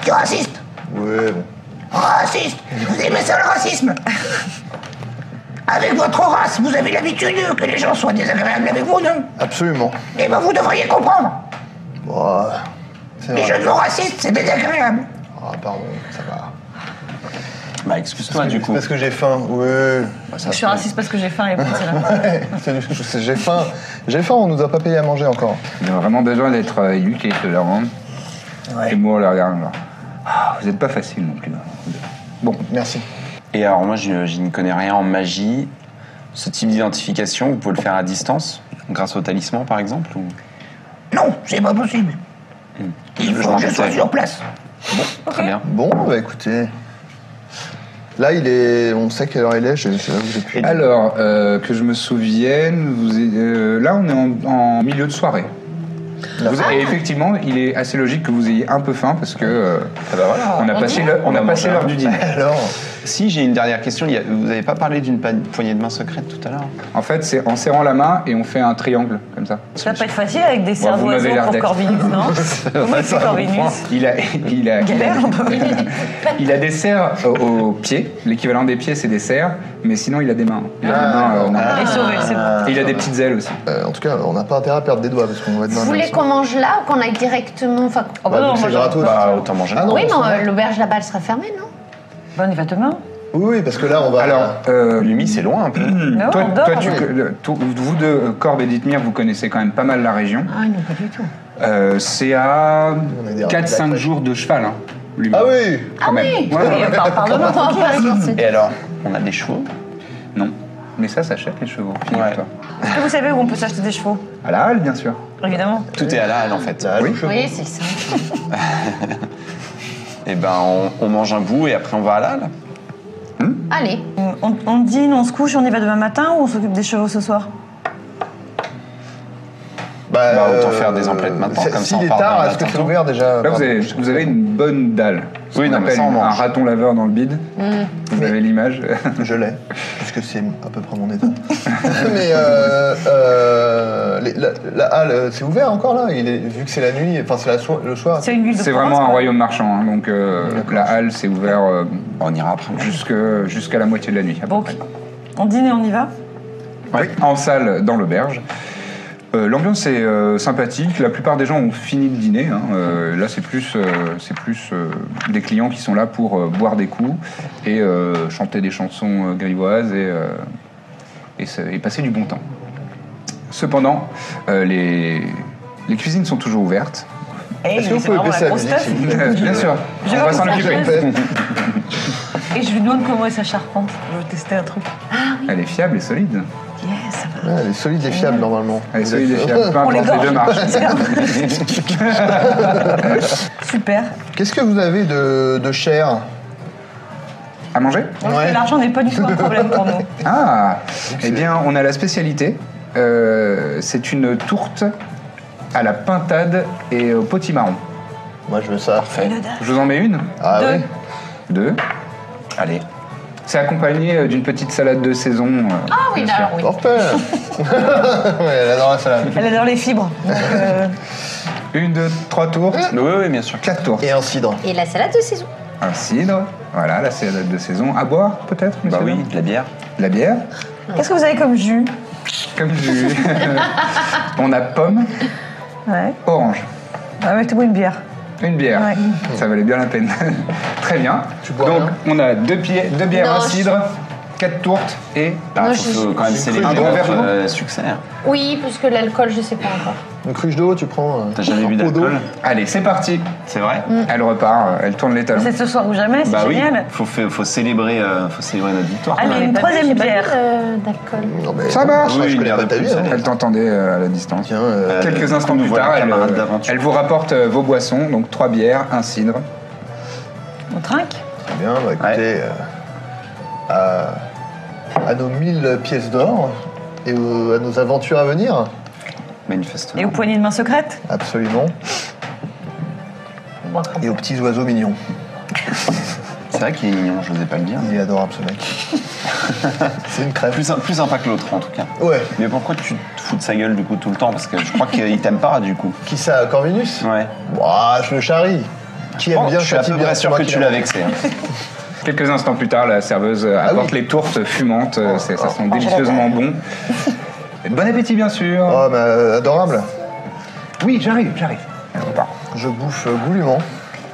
S6: Tu es raciste
S2: Ouais, bon.
S6: Raciste Vous aimez ça le racisme Avec votre race, vous avez l'habitude que les gens soient désagréables avec vous, non
S2: Absolument.
S6: Eh ben, vous devriez comprendre.
S2: Bon, euh, c'est
S6: Les
S2: vrai.
S6: jeunes mots racistes, c'est désagréable.
S2: Ah, pardon, ça va.
S3: Bah, excuse-toi,
S2: C'est
S3: du coup.
S2: Parce que j'ai faim, ouais.
S4: Je suis raciste parce que j'ai faim et vous direz.
S1: Ah,
S2: C'est du- c'est- j'ai faim. J'ai faim, on nous a pas payé à manger encore.
S1: Il a vraiment besoin d'être euh, éduqué cela. Hein. Et moi on le regarde. genre, Ah, vous n'êtes pas facile non plus. hein. Bon,
S2: Merci.
S3: Et alors, moi, je, je ne connais rien en magie. Ce type d'identification, vous pouvez le faire à distance, grâce au talisman, par exemple ou...
S6: Non, c'est pas possible. Il faut que je sois sur place.
S3: Très bien.
S2: Bon, bah écoutez. Là, il est. On sait quelle heure il est, je- c'est là où j'ai pu.
S1: Alors, euh, que je me souvienne, vous êtes- euh, là on est en, en milieu de soirée. Vous-
S4: Ah.
S1: et effectivement, il est assez logique que vous ayez un peu faim parce que euh,
S4: Ah bah
S1: on a passé l'heure- on a
S3: On a
S1: passé
S3: mangé
S1: l'heure du dîner.
S2: Alors,
S3: Si, j'ai une dernière question. Il y a- vous n'avez pas parlé d'une pa- poignée de main secrète tout à l'heure
S1: En fait, c'est en serrant la main et on fait un triangle comme ça.
S4: Ça va pas être facile avec des cerfs
S1: vous m'avez
S4: d'oiseaux
S1: l'air
S4: pour
S1: d'être-
S4: Corvinus, non Comment il fait Corvinus
S1: Il a, il a, il a,
S4: Galère un peu.
S1: il a des serres au- aux, pieds. L'équivalent des pieds, c'est des serres, mais sinon il a des mains. Il a, des mains, euh, normales.
S4: Ah. Et sauvé, c'est bon.
S1: Et il a des petites ailes aussi.
S2: euh, en tout cas, on n'a pas intérêt à perdre des doigts parce qu'on va être dans
S5: Vous
S2: la
S5: voulez qu'on mange là ou qu'on aille directement. Enfin,
S4: Oh, bah
S2: Bah,
S4: non,
S2: donc
S4: moi,
S2: c'est
S4: je-
S2: gratos.
S3: Bah, autant manger.
S2: Ah non,
S5: oui,
S2: on
S5: non,
S2: s'en va.
S5: euh, l'auberge là-bas, elle sera fermée, non
S4: Bon, on y va demain.
S2: Oui, oui, parce que là, on va.
S1: Alors, euh, Hmm.
S3: Lumi, c'est loin un peu.
S4: Mais ouais,
S1: toi,
S4: on dort.
S1: toi, tu- le- tout- vous deux, Corbe et Dithmir, vous connaissez quand même pas mal la région.
S5: Ah non, pas du tout.
S1: Euh, c'est à
S2: On est derrière
S1: 4-5
S2: la
S1: jours de cheval. hein, lui.
S2: Ah oui
S1: Quand même.
S4: Oui, par- Pardonne-moi, tranquille. hein.
S3: Et alors, on a des chevaux
S1: Non. Mais ça s'achète les chevaux. figure-toi.
S4: Est-ce que vous savez où on peut s'acheter des chevaux
S1: À la halle, bien sûr.
S4: Évidemment.
S3: Tout est à la halle, en fait.
S2: Là, le cheveu.
S5: Oui, c'est ça.
S3: Et ben, on, on mange un bout et après on va à la halle.
S5: Allez,
S4: On, on dîne, on se couche, on y va demain matin ou on s'occupe des chevaux ce soir
S3: Bah, autant faire des emplettes maintenant,
S2: euh, c'est-
S3: comme ça,
S2: S'il
S3: on
S2: est
S3: part
S2: tard,
S3: demain
S2: est-ce que
S3: matin
S2: c'est
S3: tôt.
S2: ouvert déjà
S1: Là, vous
S2: Pardon.
S1: avez, vous avez une bonne dalle. Ce
S3: Oui,
S1: qu'on
S3: non, mais
S1: appelle
S3: ça, on
S1: un
S3: mange.
S1: raton laveur dans le bide. Vous avez l'image.
S2: Je l'ai, puisque c'est à peu près mon état. Mais euh, euh, les- la, la halle, euh, c'est ouvert encore là Il est, Vu que c'est la nuit, enfin c'est la so- le soir.
S4: C'est une ville de
S1: C'est
S4: province,
S1: vraiment un
S4: quoi.
S1: royaume marchand. hein, donc, euh, la halle, c'est ouvert euh,
S3: On ira après.
S1: jusque- jusqu'à la moitié de la nuit. à peu
S4: Donc,
S1: près.
S4: on dîne et on y va
S1: Ouais, En salle, dans l'auberge. Euh, L'ambiance est euh, sympathique. La plupart des gens ont fini de dîner. hein. Euh, là, c'est plus, euh, c'est plus euh, des clients qui sont là pour euh, boire des coups et euh, chanter des chansons euh, grivoises et, euh, et se- et passer du bon temps. Cependant, euh, les, les cuisines sont toujours ouvertes. Euh,
S4: Eh,
S2: Est-ce que
S4: mais
S2: vous
S4: c'est
S2: pouvez
S4: vraiment
S2: baisser
S4: la
S2: la
S4: grosse
S2: musique,
S4: teuf.
S2: s'il vous
S1: Bien sûr,
S4: Je
S1: on
S4: vais
S1: va s'en
S4: vous faire
S1: occuper.
S4: Et je lui demande comment est sa charpente. Je veux tester un truc.
S1: Elle est fiable et solide.
S4: Yes, ça va.
S2: Ouais, elle est solide et fiable normalement.
S1: Elle est
S2: Vous
S1: solide et
S2: êtes-
S1: fiable, peu
S4: On les
S1: importe les deux marches.
S4: Super.
S2: Qu'est-ce que vous avez de, de cher
S1: À manger
S4: Donc,
S2: Ouais.
S4: L'argent n'est pas du tout un problème pour nous.
S1: Ah Eh bien, on a la spécialité. Euh, c'est une tourte à la pintade et au potimarron.
S2: Moi je veux ça.
S4: Une dalle.
S1: Je vous en mets une
S2: Ah
S4: Deux.
S2: oui
S1: Deux.
S3: Allez.
S1: C'est accompagné euh, d'une petite salade de saison. ah
S5: oui, alors oui.
S2: Orpel Ouais, elle adore la salade.
S4: Elle adore les fibres. donc, euh,
S1: Une, deux, trois tourtes.
S3: Oui, oui, bien sûr.
S1: Quatre tourtes.
S2: Et un cidre.
S5: Et la salade de saison.
S1: Un cidre. Voilà, la salade de saison. À boire, peut-être
S3: Bah
S1: monsieur
S3: oui, de la bière.
S1: De La bière.
S4: Qu'est-ce que vous avez comme jus
S1: Comme du... on a pomme,
S4: Ouais.
S1: orange.
S4: Ah, Mettez-moi une bière.
S1: Une bière.
S4: Ouais.
S1: Ça valait bien la peine. Très bien.
S2: Tu bois
S1: Donc,
S2: rien
S1: on a deux, pi- deux bières
S5: Non,
S1: à
S5: je-
S1: cidre. 4 tourtes et
S3: Ah, faut
S5: Moi, je-
S3: que- quand même
S2: je-
S3: c'est les
S2: Un
S1: grand verre d'eau
S3: euh, succès.
S5: Oui, parce que l'alcool, je sais pas encore.
S2: Une cruche d'eau, tu prends. euh,
S3: T'as jamais
S2: un
S3: bu
S2: pot d'eau.
S3: d'alcool
S1: Allez, c'est parti.
S3: C'est vrai
S1: Elle repart, euh, elle tourne les talons.
S4: C'est ce soir ou jamais, c'est
S3: Bah oui,
S4: génial.
S3: faut, fa- faut, célébrer, euh, faut célébrer notre victoire.
S2: Ah,
S3: quand
S4: Allez,
S3: même.
S4: une troisième bière.
S5: Euh, d'alcool.
S2: Non, mais-
S1: Ça marche.
S2: Ouais,
S3: Oui,
S2: je connais
S3: une
S2: pas
S3: bière
S2: ta
S3: de
S2: vie.
S3: plus,
S2: hein.
S3: allez.
S1: Elle t'entendait euh, à la distance.
S2: Tiens, euh,
S1: Quelques
S3: Euh,
S1: instants
S3: nous
S1: plus
S3: voilà
S1: tard, elle,
S3: camarades
S1: euh,
S3: d'aventure.
S1: elle vous rapporte euh, vos boissons, donc trois bières, un cidre.
S4: On trinque
S2: très bien, bah, écoutez, euh, à- à, nos 1000 pièces d'or et aux- à nos aventures à venir,
S3: Manifestement.
S4: Et aux poignées de main secrètes
S2: absolument, et aux petits oiseaux mignons.
S3: C'est vrai qu'il est mignon, je n'osais pas le dire.
S2: Il est adorable ce mec. C'est une crêpe.
S3: Plus, sym- plus sympa que l'autre en tout cas.
S2: Ouais,
S3: Mais pourquoi tu te fous de sa gueule du coup tout le temps Parce que je crois qu'il t'aime pas du coup.
S2: qui ça, Corvinus
S3: Ouais.
S2: Ouah, je le charrie. Qui aime
S3: Bon,
S2: bien
S3: je suis à
S2: châtie
S3: peu
S2: bien,
S3: près
S2: c'est
S3: sûr
S2: moi
S3: que
S2: qui
S3: tu
S2: l'aime.
S3: l'as vexé. hein.
S1: Quelques instants plus tard, la serveuse euh,
S2: Ah
S1: apporte
S2: oui.
S1: les tourtes fumantes. euh, c'est- ça sent
S4: oh,
S1: délicieusement bon. Bon appétit, bien sûr.
S2: Oh, mais euh, adorable.
S1: Oui, j'arrive, j'arrive. Elle repart.
S2: Je bouffe euh, goulûment.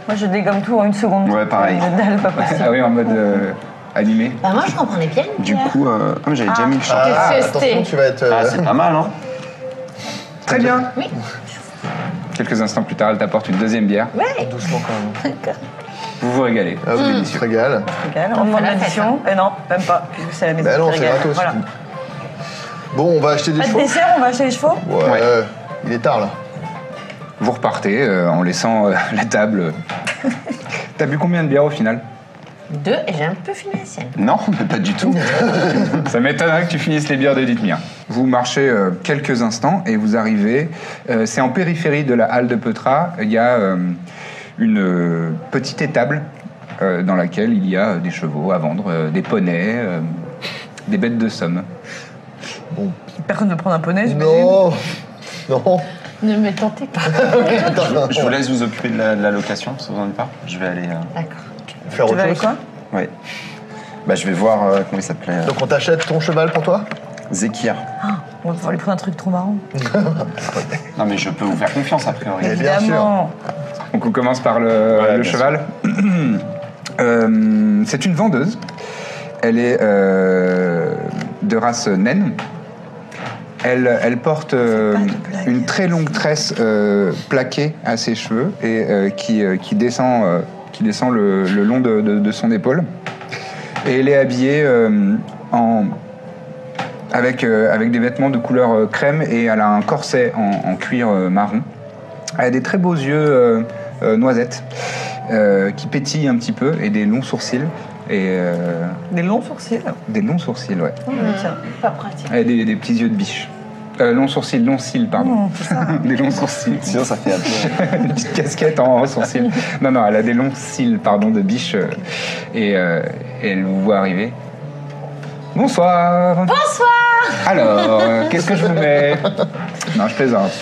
S4: Moi, je dégomme tout en une seconde.
S3: Ouais, pareil.
S4: Je dalle, pas
S1: Ah
S4: possible.
S1: oui, en mode euh, animé.
S5: Bah, moi, je reprends les pièces.
S3: Du coup, euh... ah, mais j'avais déjà mis le champ.
S5: Ah. Qu'est-ce que
S2: attention,
S5: c'était
S2: tu vas être. euh,
S3: Ah, c'est pas mal hein
S1: Très bien.
S5: Oui.
S1: Quelques instants plus tard, elle t'apporte une deuxième bière.
S2: doucement quand même.
S1: Vous vous régalez.
S2: Ah, oui, tu te régales.
S4: Nickel. On demande
S5: la fête, hein.
S4: l'addition. Et non, même pas, puisque c'est à la maison.
S2: Bah non,
S4: qui
S2: c'est
S4: régale.
S2: gratos.
S4: Voilà.
S2: Bon, on va acheter des
S4: Pas de
S2: chevaux.
S4: dessert, on va acheter les chevaux
S2: Ouais,
S1: Ouais.
S2: euh, il est tard là.
S1: Vous repartez euh, en laissant euh, la table. T'as bu combien de bières au final
S5: Deux, et j'ai un peu fumé la sienne.
S3: Non, mais pas du tout.
S1: Ça m'étonnerait que tu finisses les bières de Dithmir. Vous marchez euh, quelques instants et vous arrivez. euh, c'est en périphérie de la halle de Petra. Il y a euh, une euh, petite étable euh, dans laquelle il y a euh, des chevaux à vendre, euh, des poneys, euh, des bêtes de somme.
S4: Personne ne prend un poney, j'imagine.
S2: Non Non
S5: Ne me tentez pas.
S2: Attends,
S3: Je vous laisse vous occuper de la, de la location, si vous en êtes pas. Je vais aller. euh,
S5: D'accord.
S2: Faire
S4: Tu
S2: autre
S4: vas avec
S2: chose.
S4: quoi
S3: Ouais. Bah, je vais voir euh, comment il s'appelait. euh,
S2: Donc on t'achète ton cheval pour toi
S3: Zekir.
S4: On va pouvoir lui prendre un truc trop marrant.
S3: Non, mais je peux vous faire confiance a priori.
S2: Eh bien.
S4: Évidemment.
S1: Donc on commence par le,
S3: Ouais,
S1: le
S3: bien
S1: cheval. Euh, c'est une vendeuse. Elle est euh, de race naine. Elle, elle porte euh,
S4: pas de blague.
S1: une très longue tresse euh, plaquée à ses cheveux et euh, qui, euh, qui descend, euh, qui descend le, le long de, de- de son épaule. Et elle est habillée euh, en, avec, euh, avec des vêtements de couleur euh, crème et elle a un corset en, en cuir euh, marron. Elle a des très beaux yeux euh, euh, noisettes euh, qui pétillent un petit peu et des longs sourcils. Et euh,
S4: Des longs sourcils.
S1: des longs sourcils, ouais.
S4: Tiens.
S5: Pas pratique.
S1: Elle a des, des petits yeux de biche. Euh, longs sourcils, longs cils, pardon.
S4: Mmh, c'est ça.
S1: des longs sourcils.
S3: Sinon, ça fait appeler.
S1: Une petite casquette en sourcils. Non, non, elle a des longs cils, pardon, de biche. euh, et, euh, et elle vous voit arriver. Bonsoir Bonsoir Alors, euh, qu'est-ce que je vous mets Non, je plaisante.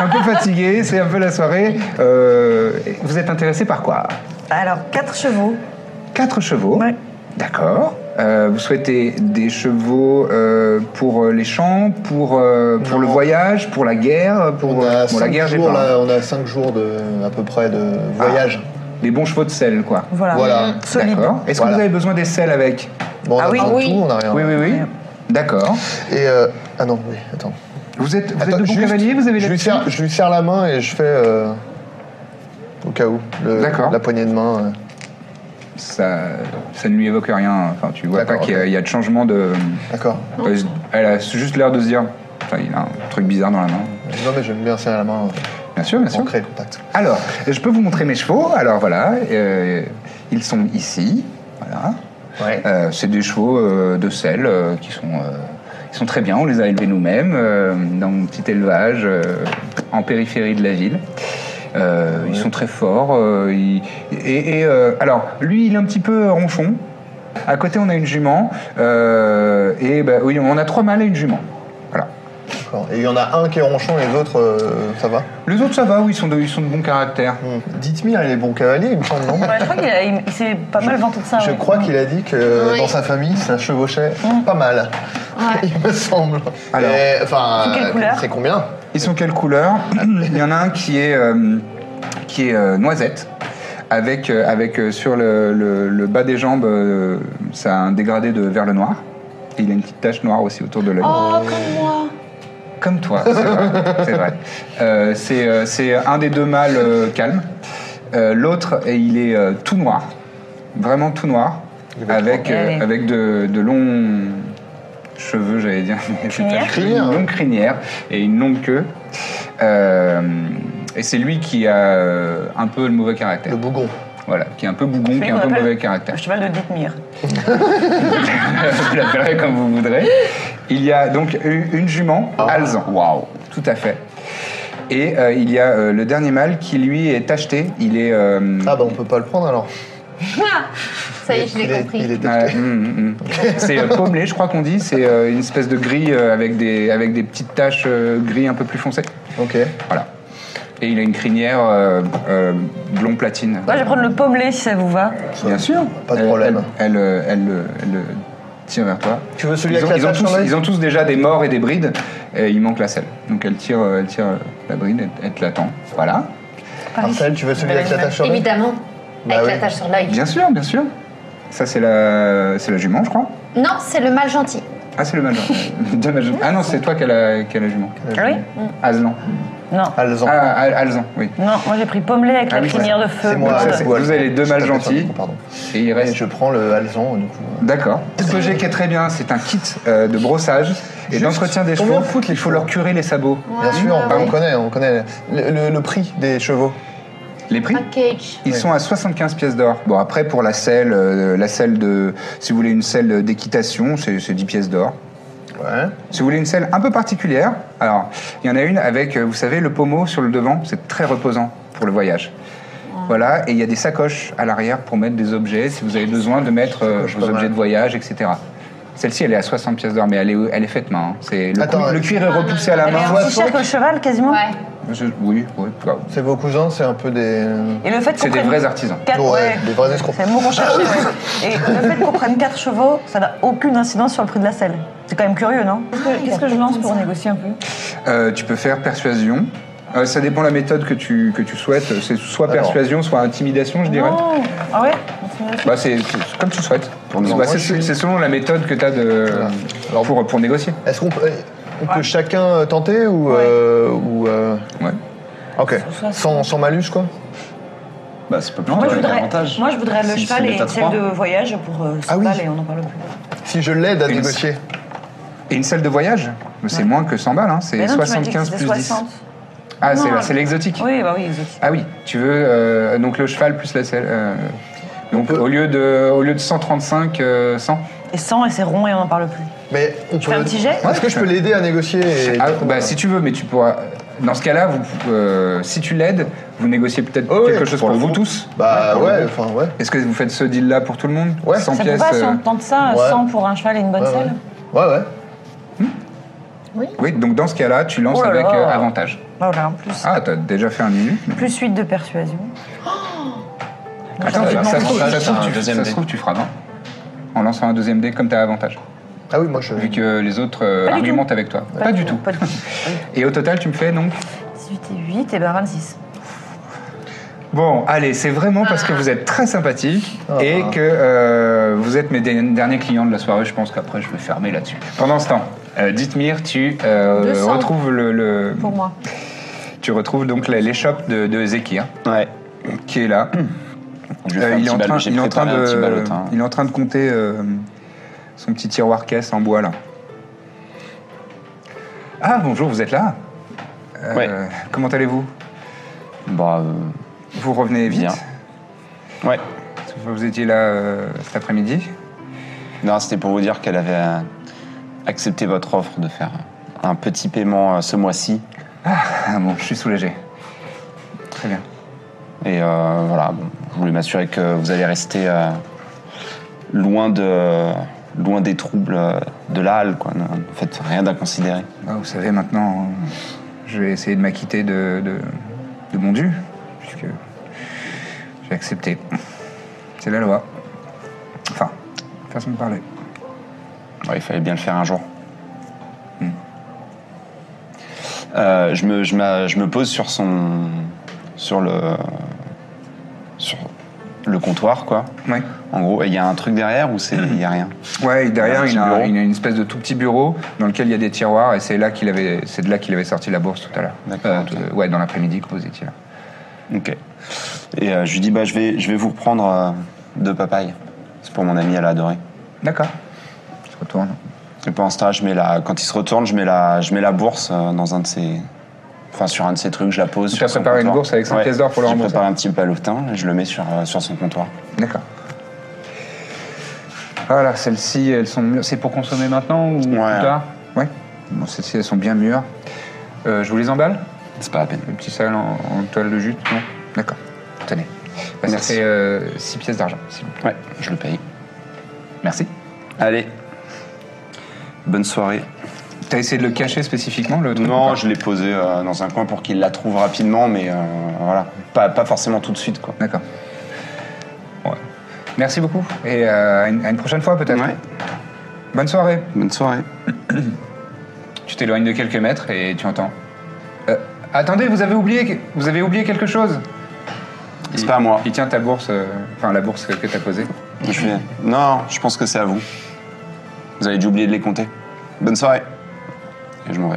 S1: Un peu fatigué, c'est un peu la soirée. Euh, vous êtes intéressé par quoi
S4: Alors, quatre chevaux.
S1: Quatre chevaux
S4: Ouais.
S1: D'accord. Euh, vous souhaitez des chevaux euh, pour euh, les champs, pour, euh, pour le
S2: Non.
S1: voyage, pour la guerre, pour,
S2: On a
S1: euh, pour la
S2: 5
S1: guerre, j'ai
S2: jours,
S1: pas.
S2: là, on a cinq jours de, à peu près de
S1: Ah.
S2: voyage.
S1: Des bons chevaux de sel, quoi.
S4: Voilà.
S2: Voilà.
S4: Solide.
S1: D'accord. Est-ce que
S2: Voilà.
S1: vous avez besoin des selles avec
S2: Bon, on
S4: Ah
S2: a
S4: oui.
S2: pas
S4: Ah oui.
S2: tout, on a rien.
S1: Oui, oui, oui. D'accord.
S2: Et euh, ah non, oui, attends.
S1: Vous êtes, vous êtes
S2: Attends,
S1: de bons
S2: juste,
S1: cavaliers, vous avez
S2: je
S1: la
S2: lui, serre, je lui serre la main et je fais euh, au cas où le-
S1: D'accord.
S2: la poignée de main. euh.
S1: ça, ça ne lui évoque rien. Enfin, tu vois pas
S2: D'accord,
S1: qu'il y, a-
S2: ok.
S1: il y a de changement de.
S2: D'accord.
S1: Euh, Elle a juste l'air de se dire. Enfin, il a un truc bizarre dans la main.
S2: Non mais j'aime bien serrer la main,
S1: Bien sûr, bien
S2: euh,
S1: sûr.
S2: ancrer le contact.
S1: Alors, je peux vous montrer mes chevaux. Alors voilà, euh, ils sont ici. Voilà.
S2: Ouais.
S1: Euh, c'est des chevaux euh, de sel euh, qui sont, euh, ils sont très bien. On les a élevés nous-mêmes euh, dans mon petit élevage euh, en périphérie de la ville. Euh, Ils sont très forts. euh, ils- et et, euh, alors, lui, il est un petit peu ronchon. À côté, on a une jument. euh, et bah, oui, on a trois mâles et une jument. Voilà.
S2: D'accord. Et il y en a un qui est ronchon et les autres, euh, ça va.
S1: Les autres, ça va, oui, ils sont de, ils sont de bon caractère.
S2: Dites-moi, il est bon cavalier, il me semble, non
S4: Ouais, je crois qu'il a- il- il s'est pas mal vanté de ça.
S2: Je
S4: ouais.
S2: crois qu'il a dit que
S5: Oui. Mm.
S2: dans sa famille, ça chevauchait pas mal,
S5: Ouais.
S2: il me semble.
S1: Alors.
S2: Et, enfin,
S4: C'est quelle
S2: euh,
S4: couleur
S2: c'est combien
S1: Ils sont quelle couleur Il y en a un qui est, euh, qui est euh, noisette, avec, euh, avec euh, sur le, le- le bas des jambes euh, ça a un dégradé de vers le noir. Et il a une petite tache noire aussi autour de l'œil.
S5: Oh, comme moi.
S1: Comme toi, c'est vrai. c'est vrai. Euh, c'est, euh, c'est un des deux mâles euh, calmes. Euh, L'autre, et il est euh, tout noir. Vraiment tout noir. Avec, euh,
S4: Allez.
S1: avec de, de longs cheveux, j'allais dire. mais putain,
S4: Crinière.
S1: Une longue crinière et une longue queue. Euh, et c'est lui qui a euh, un peu le mauvais caractère.
S2: Le bougon.
S1: Voilà, qui est un peu bougon,
S4: Celui
S1: qui a un
S4: qu'on
S1: peu
S4: appelle-
S1: mauvais caractère.
S4: Le cheval de Dithmir.
S1: vous l'appellerez comme vous voudrez. Il y a donc une une jument, Alzan. Waouh Tout à fait. Et euh, il y a euh, le dernier mâle qui, lui, est tacheté. Il est... euh,
S2: Ah bah on peut pas le prendre alors.
S5: Ça y est, je
S2: Il
S5: l'ai
S2: est-
S5: compris.
S2: Il est
S1: Ouais,
S2: tacheté.
S1: hum, hum, hum. C'est euh, pommelé, je crois qu'on dit. C'est euh, une espèce de gris euh, avec, des, avec des petites taches euh, gris un peu plus foncées.
S2: Ok.
S1: Voilà. Et il a une crinière euh, euh, blond platine.
S4: Moi, je vais prendre le pommelé si ça vous va.
S1: Bien sûr.
S2: Pas de
S1: Elle-
S2: problème.
S1: Elle, elle, euh, elle, euh, elle, euh, tire vers toi.
S2: Tu veux celui
S1: Ils
S2: avec
S1: ont,
S2: la
S1: ils ont
S2: tache
S1: tous,
S2: sur l'œil
S1: ils ont tous déjà des morts et des brides, et il manque la selle. Donc elle tire, euh, elle tire euh, la bride, elle, elle te l'attend. Voilà.
S2: Marcel, tu veux celui avec la tache sur l'œil
S5: Évidemment.
S2: Bah
S5: avec
S2: oui.
S5: la tache sur l'œil.
S1: Bien sûr, bien sûr. Ça, c'est la, c'est la jument, je crois.
S5: Non, c'est le mal gentil.
S1: Ah, c'est le major. Deux majors. Ah non, c'est toi qui as la, qui as la jument.
S4: Ah oui
S1: Aslan.
S4: Non.
S2: Alzan.
S1: Ah, Al- Alzan, oui.
S4: Non, moi j'ai pris pommelé avec
S1: Ah
S4: la
S1: oui,
S4: crinière
S1: ouais.
S4: de feu. euh,
S2: C'est moi,
S1: Donc
S4: blonde.
S1: ça, c'est-
S2: ou Alzan.
S1: vous avez les deux
S2: Je
S1: mâles
S2: t'appelle sur le
S1: gentils.
S2: coup, Pardon.
S1: Et il
S2: Et
S1: reste.
S2: je prends le Alzan du coup.
S1: D'accord. Ce que j'ai qui est très bien, c'est un kit euh, de brossage et d'entretien des
S2: combien
S1: chevaux.
S2: foutent les
S1: Il faut
S2: chevaux
S1: leur curer les sabots.
S2: Bien sûr,
S5: Ah,
S2: bah,
S5: oui.
S2: on connaît, on connaît le, le- le prix des chevaux.
S1: Les
S5: Ah,
S1: prix
S5: Package.
S1: Ils sont à 75 pièces d'or. Bon, après, pour la selle, euh, la selle de. Si vous voulez une selle d'équitation, c'est c'est 10 pièces d'or.
S2: Ouais.
S1: Si vous voulez une selle un peu particulière, alors, il y en a une avec, euh, vous savez, le pommeau sur le devant, c'est très reposant pour le voyage. Voilà, et il y a des sacoches à l'arrière pour mettre des objets, si vous avez besoin de mettre euh,
S2: Sacoche,
S1: vos
S2: pas mal.
S1: objets de voyage, etc. Celle-ci, elle est à 60 pièces d'or, mais elle est, elle est faite main. hein. C'est le,
S2: Attends,
S1: cou- le cuir est repoussé à la
S5: elle
S1: main.
S5: est
S4: Aussi cher que le cheval, quasiment.
S5: Ouais.
S1: Je- oui, oui. quoi.
S2: C'est vos cousins, c'est un peu des.
S4: Et le fait qu'on
S1: C'est des
S4: prenne
S1: vrais artisans.
S4: quatre-
S2: Ouais,
S4: ouais.
S2: des vrais escrocs.
S4: C'est le mot qu'on cherchait. ouais. Et le fait qu'on prenne 4 chevaux, ça n'a aucune incidence sur le prix de la selle. C'est quand même curieux, non Qu'est-ce que- Qu'est-ce que je lance pour négocier un peu
S1: Euh, tu peux faire persuasion. Euh, ça dépend la méthode que tu, que tu souhaites. Euh, C'est soit
S2: D'accord.
S1: persuasion, soit intimidation, je dirais.
S4: Non. Ah ouais On se met là-dessus.
S1: Bah, c'est c'est comme tu souhaites.
S3: nous,
S1: Bah,
S3: moi,
S1: c'est
S2: je suis-
S1: c'est selon la méthode que tu as de,
S2: Alors,
S1: pour, pour négocier.
S2: Est-ce qu'on peut, on peut chacun euh, tenter ou. euh, ou euh,
S1: Ouais.
S2: Ok.
S4: Soit-
S2: Sans, sans malus quoi
S3: Bah, c'est pas plus
S1: Non,
S3: mal
S4: Moi je,
S3: avec
S4: voudrais,
S3: avantage.
S4: moi, je voudrais le
S3: Si- si
S4: cheval
S3: on
S4: et
S3: est à
S4: une selle
S3: trois.
S4: de voyage pour euh,
S2: Ah oui.
S4: cheval et on n'en parle plus.
S2: Si je l'aide à
S1: Une-
S2: négocier.
S1: Et une selle de voyage Mais C'est
S4: Ouais.
S1: moins que 100 balles, hein. c'est
S4: Mais non, tu m'as dit que
S1: 75
S4: c'était
S1: plus
S4: 60.
S1: 10. Ah, c'est
S4: Non.
S1: c'est l'exotique
S4: Oui, bah oui, exotique.
S1: Ah oui, tu veux euh, donc le cheval plus la selle. euh, donc au, lieu de, au lieu de 135, euh, 100
S4: Et 100 et c'est rond et on n'en parle plus.
S2: Mais on
S4: Tu fais un petit jet
S2: Est-ce que je peux l'aider à négocier et-
S1: Ah, bah, si tu veux, mais tu pourras. Dans ce cas-là, vous, euh, si tu l'aides, vous négociez peut-être
S2: Ah Ouais,
S1: quelque chose
S2: pour
S1: pour,
S2: le
S1: vous
S2: coup.
S1: tous.
S2: Bah
S1: Pour le
S2: ouais,
S1: groupe.
S2: enfin ouais.
S1: Est-ce que vous faites ce deal-là pour tout le monde
S2: Ouais.
S1: 100
S4: Ça peut
S1: pièces.
S4: pas, si
S1: euh,
S4: on tente ça,
S2: ouais.
S4: 100 pour un cheval et une bonne
S2: Ouais,
S4: selle
S2: Ouais, ouais.
S1: Oui, donc dans ce cas-là, tu lances
S4: Oh là
S1: avec
S4: là. Ah,
S1: euh, avantage.
S4: Voilà, Oh en plus.
S1: Ah, t'as déjà fait un minute.
S4: Plus 8 de persuasion.
S1: Attends,
S3: ça,
S1: ça,
S3: ça,
S1: se trouve,
S3: ça,
S1: ça se
S3: c'est
S1: trouve,
S3: un
S1: tu-
S3: deuxième
S1: ça se
S3: dé.
S1: trouve, tu feras 20. En lançant un deuxième dé comme t'as avantage.
S2: Ah oui, moi je.
S1: Vu que les autres euh,
S4: Pas du
S1: argumentent avec toi. Pas, du tout.
S4: Pas du tout.
S1: Et au total, tu me fais donc
S4: 18 et 8, et ben 26.
S1: Bon, allez, c'est vraiment parce
S4: Ah.
S1: que vous êtes très sympathique et que euh, vous êtes mes dé- derniers clients de la soirée. Je pense qu'après, je vais fermer là-dessus. Pendant ce temps, euh, Dithmir, tu euh,
S5: 200.
S1: retrouves le, le-
S4: Pour moi.
S1: tu retrouves donc les- l'échoppe de, de Zekir
S3: Ouais.
S1: qui est là.
S3: Je lui fais
S1: Euh,
S3: un
S1: il, est
S3: petit
S1: en
S3: bal-
S1: train,
S3: j'ai
S1: il est en train
S3: préparé un
S1: de,
S3: petit ballotin.
S1: il est en train de compter euh, son petit tiroir caisse en bois là. Ah bonjour, vous êtes là. Euh,
S3: Ouais.
S1: Comment allez-vous
S3: Bah, euh,
S1: Vous revenez vite.
S3: bien. Ouais.
S1: Vous étiez là euh, cet après-midi.
S3: Non, c'était pour vous dire qu'elle avait euh, accepté votre offre de faire un petit paiement euh, ce mois-ci.
S1: Ah bon, je suis soulagé. Très bien.
S3: Et euh, voilà, bon, je voulais m'assurer que vous allez rester euh, loin, de, loin des troubles euh, de la halle, quoi. Ne ne faites rien d'inconsidéré.
S1: Ah, vous savez, maintenant, euh, je vais essayer de m'acquitter de, de, de mon dû, puisque j'ai accepté. C'est la loi. Enfin, façon de parler.
S3: Ouais, il fallait bien le faire un jour. Hmm. Euh, je, me, je, m'a- je me pose sur son. sur le. sur le comptoir, quoi.
S1: Ouais.
S3: En gros, et il y a un truc derrière ou c'est il y a rien.
S1: Ouais, et derrière,
S3: Un
S1: il
S3: petit
S1: a,
S3: bureau.
S1: il a une espèce de tout petit bureau dans lequel il y a des tiroirs et c'est là qu'il avait, c'est de là qu'il avait sorti la bourse tout à l'heure. Euh,
S3: D'accord, ok.
S1: tout- ouais, dans l'après-midi que vous étiez là.
S3: Ok. Et euh, je lui dis bah je vais je vais vous reprendre euh, deux papayes. C'est pour mon amie, elle a adoré.
S1: D'accord. Je retourne.
S3: Et pendant ce temps, je mets la quand il se retourne, je mets la je mets la bourse euh, dans un de ses enfin sur un de ses trucs, je la pose.
S1: Tu
S3: sur
S1: as
S3: son
S1: préparé une
S3: comptoir.
S1: bourse avec cinq
S3: Ouais.
S1: pièces d'or pour le
S3: J'ai
S1: rembourser.
S3: préparé un petit balotin et je le mets sur euh, sur son comptoir.
S1: D'accord. Voilà, celles-ci, elles sont mûres. C'est pour consommer maintenant ou plus
S3: Ouais.
S1: tard Ouais. Bon, celles-ci, elles sont bien mûres. Euh, je vous les emballe
S3: C'est pas la peine.
S1: Le petit sale en, en toile de jute, non D'accord. Tenez. Bah, ça
S3: Merci.
S1: fait 6 pièces d'argent, s'il vous plaît.
S3: Ouais, je le paye.
S1: Merci.
S3: Allez. Bonne soirée.
S1: T'as essayé de le cacher spécifiquement, le hein. truc ou
S3: Non,
S1: pas
S3: je l'ai posé euh, dans un coin pour qu'il la trouve rapidement, mais euh, voilà, pas, pas forcément tout de suite, quoi.
S1: D'accord. Ouais. Merci beaucoup et euh, à, une, à une prochaine fois peut-être.
S3: Ouais.
S1: Bonne soirée.
S3: Bonne soirée.
S1: Tu t'éloignes de quelques mètres et tu entends. Euh, attendez, vous avez oublié, que- vous avez oublié quelque chose.
S3: C'est
S1: Il-
S3: pas à moi.
S1: Il tient ta bourse, euh, enfin la bourse que t'as posée.
S3: Je fais, Non, je pense que c'est à vous. Vous avez dû oublier de les compter. Bonne soirée. Et je m'en vais.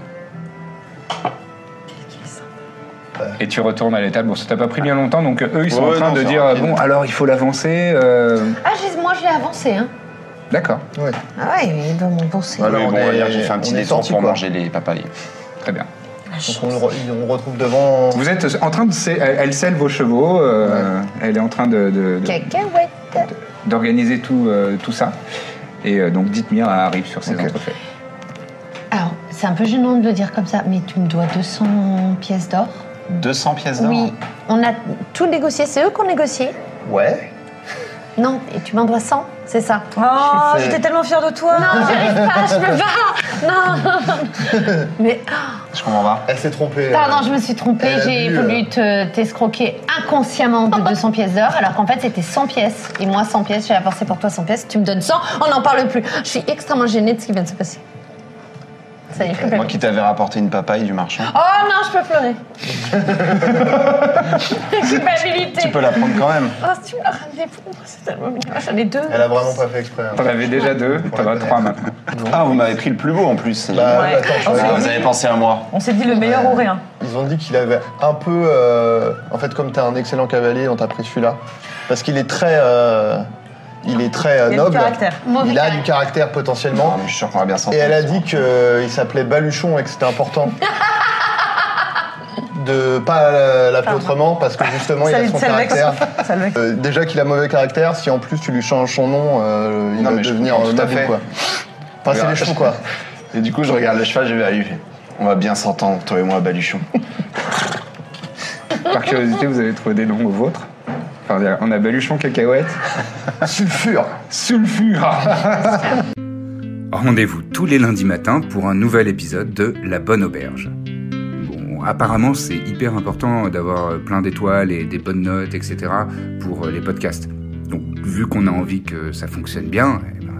S1: Et tu retournes à l'état de bourse. Ça t'a pas pris bien longtemps, donc euh, eux ils sont
S3: Ouais,
S1: en train
S3: non,
S1: de
S3: c'est
S1: dire
S3: rapide.
S1: bon alors il faut l'avancer. euh,
S5: Ah, j'ai- moi, je l'ai avancé, hein.
S1: D'accord,
S2: Ouais.
S4: Ah ouais, il doit m'en penser.
S2: Voilà,
S3: Oui,
S2: on
S3: bon, on va
S2: est-
S3: dire que j'ai fait un petit
S2: on est
S3: détour
S2: sorti,
S3: pour
S2: quoi.
S3: manger les papayes.
S1: très bien.
S2: Donc on, le re- on retrouve devant.
S1: Vous êtes en train de, sé- elle, elle selle vos chevaux. euh, Elle est en train de- de- de,
S5: Cacahuète.
S1: d'organiser tout, euh, tout ça. Et euh, donc dites-moi arrive sur ces
S2: Ok.
S1: entrefaits.
S5: Alors, c'est un peu gênant de le dire comme ça, mais tu me dois 200 pièces d'or.
S3: 200 pièces
S5: Oui, on a tout négocié. C'est eux qui ont négocié.
S2: Ouais.
S5: Non, et tu m'en dois 100, c'est ça.
S4: Oh,
S2: C'est-
S4: j'étais tellement fière de toi.
S5: Non, j'arrive pas, je peux pas. Non. Mais oh,
S3: Je comprends pas.
S2: Elle s'est trompée.
S5: pardon,
S2: euh.
S5: je me suis trompée.
S2: Elle a
S5: J'ai
S2: bu,
S5: voulu
S2: euh.
S5: te- t'escroquer inconsciemment de 200 pièces d'or, alors qu'en fait c'était 100 pièces. Et moi 100 pièces, j'ai avancé pour toi 100 pièces. Tu me donnes 100, on n'en parle plus. Je suis extrêmement gênée de ce qui vient de se passer. Ça y est, je peux
S2: Euh,
S3: Moi
S5: pleurer.
S3: qui t'avais rapporté une papaye du marchand.
S5: Oh non, je peux pleurer. Culpabilité.
S3: Tu peux la prendre quand même.
S5: Oh, si tu me la ramenais pour moi, c'est tellement mignon. J'en ai deux.
S2: Elle a vraiment pas fait exprès. hein.
S1: T'en avais déjà deux, t'en as
S2: connaître.
S1: trois maintenant.
S3: Ah, vous m'avez pris le plus beau en plus. c'est
S2: Bah,
S3: génial.
S4: Ouais.
S2: attends, je
S4: On
S2: vois.
S3: Ah,
S4: s'est
S3: vous
S4: dit-
S3: avez pensé à moi.
S4: On s'est dit le meilleur hein. ou rien.
S2: Ils ont dit qu'il avait un peu. euh, en fait, comme t'es un excellent cavalier, on t'a pris celui-là. Parce qu'il est très. euh, il est très euh,
S4: Il a du
S2: noble.
S4: caractère.
S5: Mauvais
S2: Il a
S5: caractère.
S2: du caractère potentiellement.
S3: Non, Ah, mais je suis sûr qu'on va bien
S2: Et
S3: s'entendre.
S2: elle a dit qu'il s'appelait Baluchon et que c'était important. De pas euh, l'appeler autrement parce que justement il
S4: Ça
S2: a
S4: lui-
S2: son
S4: ça le vexe.
S2: caractère.
S4: Ça le vexe.
S2: Euh, déjà qu'il a mauvais caractère, si en plus tu lui changes son nom, euh, il
S3: Non,
S2: va
S3: mais je
S2: devenir
S3: comprends
S2: euh,
S3: tout à
S2: nabou,
S3: fait.
S2: quoi. Enfin, c'est les chevaux quoi.
S3: Et du coup, je regarde le cheval, je vais à lui. On va bien s'entendre, toi et moi, Baluchon.
S1: Par curiosité, vous avez trouvé des noms aux vôtres. Enfin, on a Baluchon, Cacahuète,
S2: Sulfure.
S1: Sulfure. Rendez-vous tous les lundis matins pour un nouvel épisode de La Bonne Auberge. Bon, apparemment, c'est hyper important d'avoir plein d'étoiles et des bonnes notes, etc. pour euh, les podcasts. Donc, vu qu'on a envie que ça fonctionne bien, eh ben,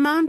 S8: Mom